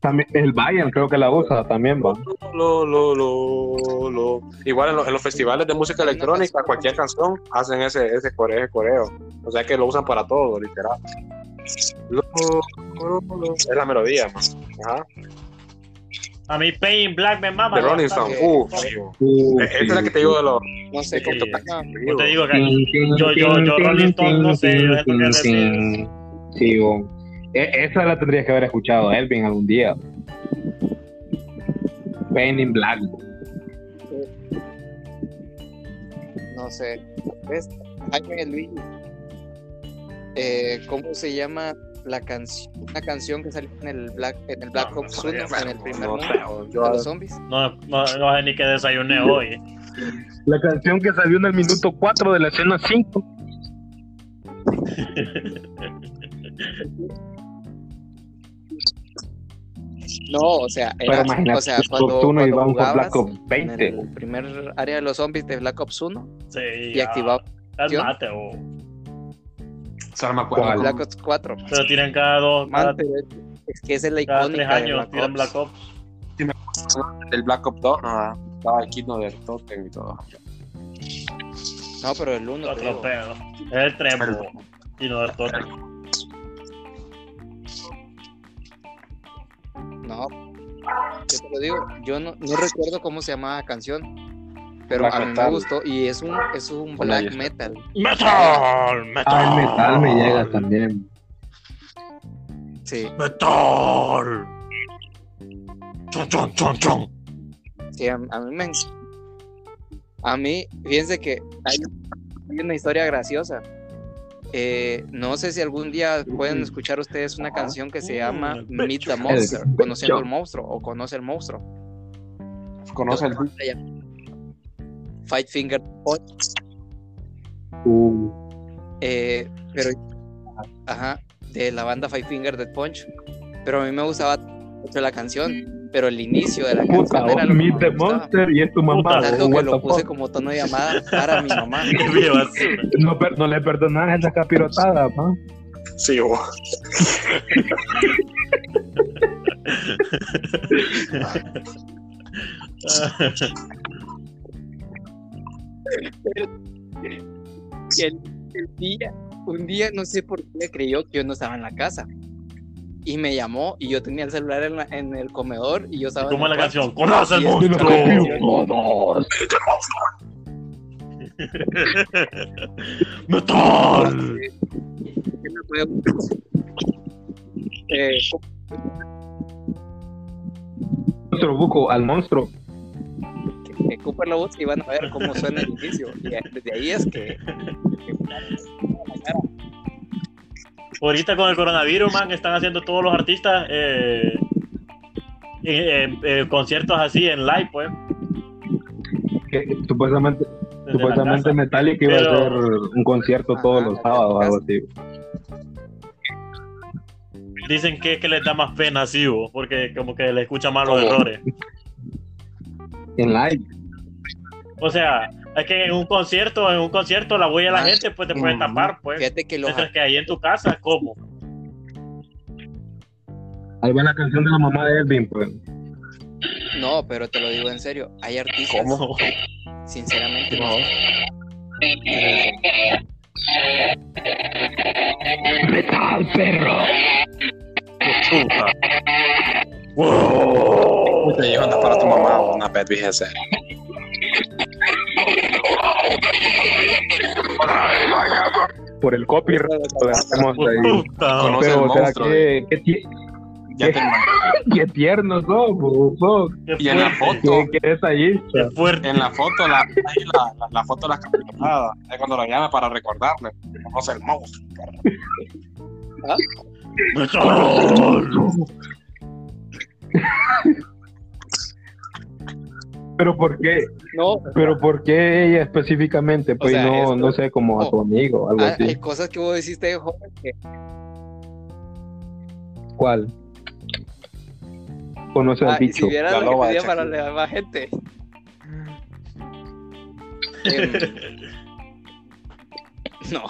S2: También, el Bayern creo que la usa también, va.
S7: Lo, lo, lo, lo. Igual en, lo- en los festivales de música electrónica, cualquier canción, hacen ese, ese, core- ese coreo. O sea que lo usan para todo, literal. Lo, lo, lo. Es la melodía, man. Ajá.
S3: A mí Pain Black me
S4: Ah,
S3: mama.
S7: De Rolling
S3: ya está.
S7: Stone.
S4: que-
S7: Uf, amigo. Esta es la que te digo de los.
S4: No sé cómo. no,
S3: Yo te digo que Yo- yo- yo, Rolling Stone, no sé, yo esto que decir.
S2: Sí, bo. E- Esa la tendrías que haber escuchado, Elvin, algún día. Pain in Black. bo.
S4: no sé. ¿Ves? Jaime Luis. Eh, ¿Cómo se llama la canción? Una canción que salió en el Black, en el Black
S7: No,
S4: Ops
S7: no
S4: 1,
S7: sabía,
S4: en el primer
S7: no
S4: mundo
S7: sé,
S4: de
S7: yo-
S4: los zombies.
S3: No, no, no sé ni qué desayuné hoy.
S2: La canción que salió en el minuto 4 de la escena 5.
S4: No, o sea,
S2: Pero
S4: era,
S2: imagínate,
S4: o sea,
S2: Black
S4: cuando,
S2: Ops 1 y
S4: cuando
S2: vamos por Black
S4: jugabas
S2: Ops
S4: en
S2: 20.
S4: el primer área de los zombies de Black Ops 1
S3: Sí,
S4: y
S3: ya.
S4: activaba
S3: Cálmate, bo.
S7: Sarma
S2: ¿Cuál?
S7: Cuadro.
S4: Black Ops 4.
S3: Pero tiran cada dos,
S4: Man,
S3: cada,
S4: pero es- es que esa es la
S3: cada
S4: icónica
S3: tres
S4: de
S3: años
S4: Black
S3: tiran
S4: Ops.
S3: Black Ops.
S7: Del Black Ops 2. Ajá. Estaba el kino del Totem y todo.
S4: No, pero el 1 te
S3: Otro
S4: digo.
S3: pedo. Es el tres, bo. Y no el toque.
S4: No, yo te lo digo, yo no, no recuerdo cómo se llamaba la canción, pero
S7: Black
S4: a mí
S7: metal.
S4: me gustó y es un, es un
S7: Hola,
S4: black
S7: Jessica.
S4: metal.
S3: ¡Metal! ¡Metal!
S2: Ah, el metal me llega también.
S4: Sí,
S3: ¡Metal! ¡Chon, chon, chon, chon!
S4: sí, a, a mí me. A mí, fíjense que hay, hay una historia graciosa. Eh, no sé si algún día pueden escuchar ustedes una canción que se llama Meet the Monster, Conociendo el Monstruo o Conoce el Monstruo.
S7: Conoce el.
S4: Fight Finger Punch.
S2: Uh,
S4: Eh, pero, ajá, de la banda Five Finger Dead Punch. Pero a mí me gustaba mucho la canción. pero el inicio de la
S2: Puta,
S4: canción era lo que
S2: Meet
S4: me
S2: the
S4: gustaba.
S2: Monster y es tu mamá.
S4: Tanto
S2: Ah, What
S4: que
S2: the
S4: lo
S2: fuck.
S4: puse como tono de llamada para mi mamá.
S3: Qué basura.
S2: No, per- no le perdonas esa capirotada, pa.
S7: Sí, bo.
S4: Y el, el día, un día no sé por qué creyó que yo no estaba en la casa. Y me llamó y yo tenía el celular en, la- en el comedor y yo estaba... en
S3: ¿Cómo es
S4: el
S3: la
S4: cuarto.
S3: canción? ¡Conoce el
S4: Y es-
S3: monstruo! ¡Metal!
S4: que me puede- Eh,
S2: Monstruo, buco, al monstruo.
S4: que Cooper lo busque y van a ver cómo suena el inicio. Y eh, desde ahí es que.
S3: Ahorita con el coronavirus, man, están haciendo todos los artistas eh, eh, eh, eh, conciertos así en live, pues.
S2: Que supuestamente,
S3: desde la
S2: supuestamente
S3: casa.
S2: Metallica iba
S3: Pero-
S2: a hacer un concierto todos
S4: Ajá,
S2: los sábados o algo así.
S3: Dicen que, que les da más pena, sí, bo, porque como que le escuchan más los
S7: ¿Cómo?
S3: errores.
S2: En live.
S3: O sea, es que en un concierto, en un concierto la voy a la
S4: Ah,
S3: gente, pues te pueden
S4: ujú.
S3: tapar, pues.
S4: Fíjate que los.
S3: Mientras que ahí en tu casa, ¿cómo?
S2: Ahí va la canción de la mamá de Elvin, pues.
S4: No, pero te lo digo en serio. Hay artistas,
S3: ¿Cómo?
S4: sinceramente. No.
S3: Chuta.
S7: Te llevan a para tu mamá o una pet VGC.
S2: Por el copyright. lo dejamos ahí.
S3: Puta.
S7: Conoce
S2: Pero,
S7: el
S2: o sea,
S7: monstruo,
S2: que, que, tie-
S7: Ya te
S2: que tiernos somos, fuck.
S3: Qué
S7: Y en la
S3: fuerte,
S7: foto,
S2: que, que detallista.
S3: qué fuerte.
S7: en la foto, la, ahí la, la, la foto de las capituladas. Es cuando la llama para recordarle. Conoce el monstruo.
S3: Metal.
S2: Pero por qué,
S4: no
S2: pero por qué ella específicamente, pues
S4: O sea,
S2: no,
S4: esto- Oh. eh.
S2: no sé, como a tu amigo, algo
S4: hay, ah, hay
S2: así.
S4: cosas que vos hiciste de joven que.
S2: ¿Cuál? Conoce
S4: Ah,
S2: al
S4: y si
S2: bicho.
S4: vieras
S7: la
S4: lo que
S7: loba de
S4: pedía para
S7: Shakira.
S4: la demás gente. Em, no.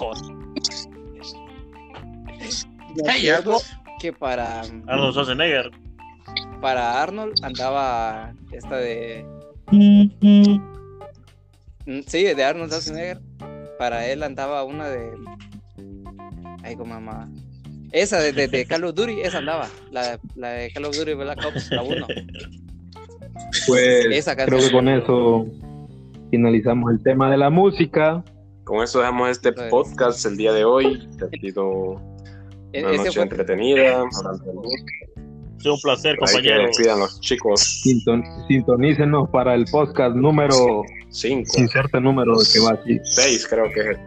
S4: Me
S7: Hey,
S4: acuerdo que para.
S3: Arnold Schwarzenegger.
S4: para Arnold andaba esta de. Mm, Sí, de Arnold Schwarzenegger. Para él andaba una de. Ay, como mamá. Esa de, de, de Call of Duty, esa andaba. La, la de Call of Duty Black Ops, la 1.
S2: Pues
S4: Esa
S2: creo
S4: canción.
S2: que con eso finalizamos el tema de la música.
S7: Con eso dejamos este
S4: Eso es.
S7: podcast el día de hoy. Te pido
S4: E-
S7: una
S4: ese
S7: noche
S4: fue
S7: entretenida. hablando de música.
S3: Es un placer,
S7: Por ahí que
S3: compañero.
S7: despidan los chicos.
S2: Sinton- sintonícenos para el podcast número,
S7: Cinco,
S2: inserte número que va aquí.
S7: seis, creo que es.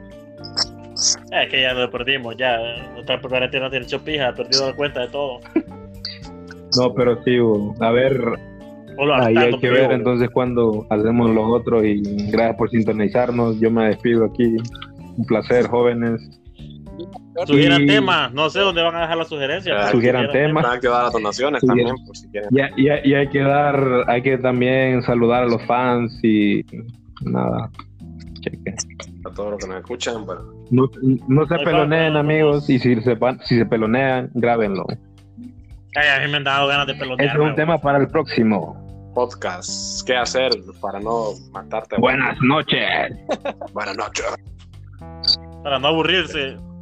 S3: Es que ya lo perdimos, ya. Nuestra cuarentena tiene hecho pija, ha perdido la cuenta de todo.
S2: No, pero sí, bo, a ver,
S3: O lo
S2: ahí hay
S3: hartando,
S2: que
S3: pero-
S2: ver entonces cuando hacemos los otros y gracias por sintonizarnos. Yo me despido aquí. Un placer, jóvenes.
S3: Sugieran
S2: Y-
S3: temas, no sé dónde van a dejar las sugerencias. pero
S2: Sugieran temas.
S7: Van a quedar las donaciones
S2: Sí,
S7: también, por si quieren.
S2: Y, y- y hay que dar, hay que también saludar a los fans y nada. Cheque.
S7: A todos los que nos escuchan. Bueno,
S2: No, no se peloneen, amigos, y si se, van- si se pelonean, grábenlo.
S3: Ay, a mí me han dado ganas de
S2: Ese
S3: pelotear.
S2: es un tema para el próximo.
S7: podcast. ¿Qué hacer para no matarte?
S2: Buenas noches.
S7: Buenas noches.
S3: Para no aburrirse.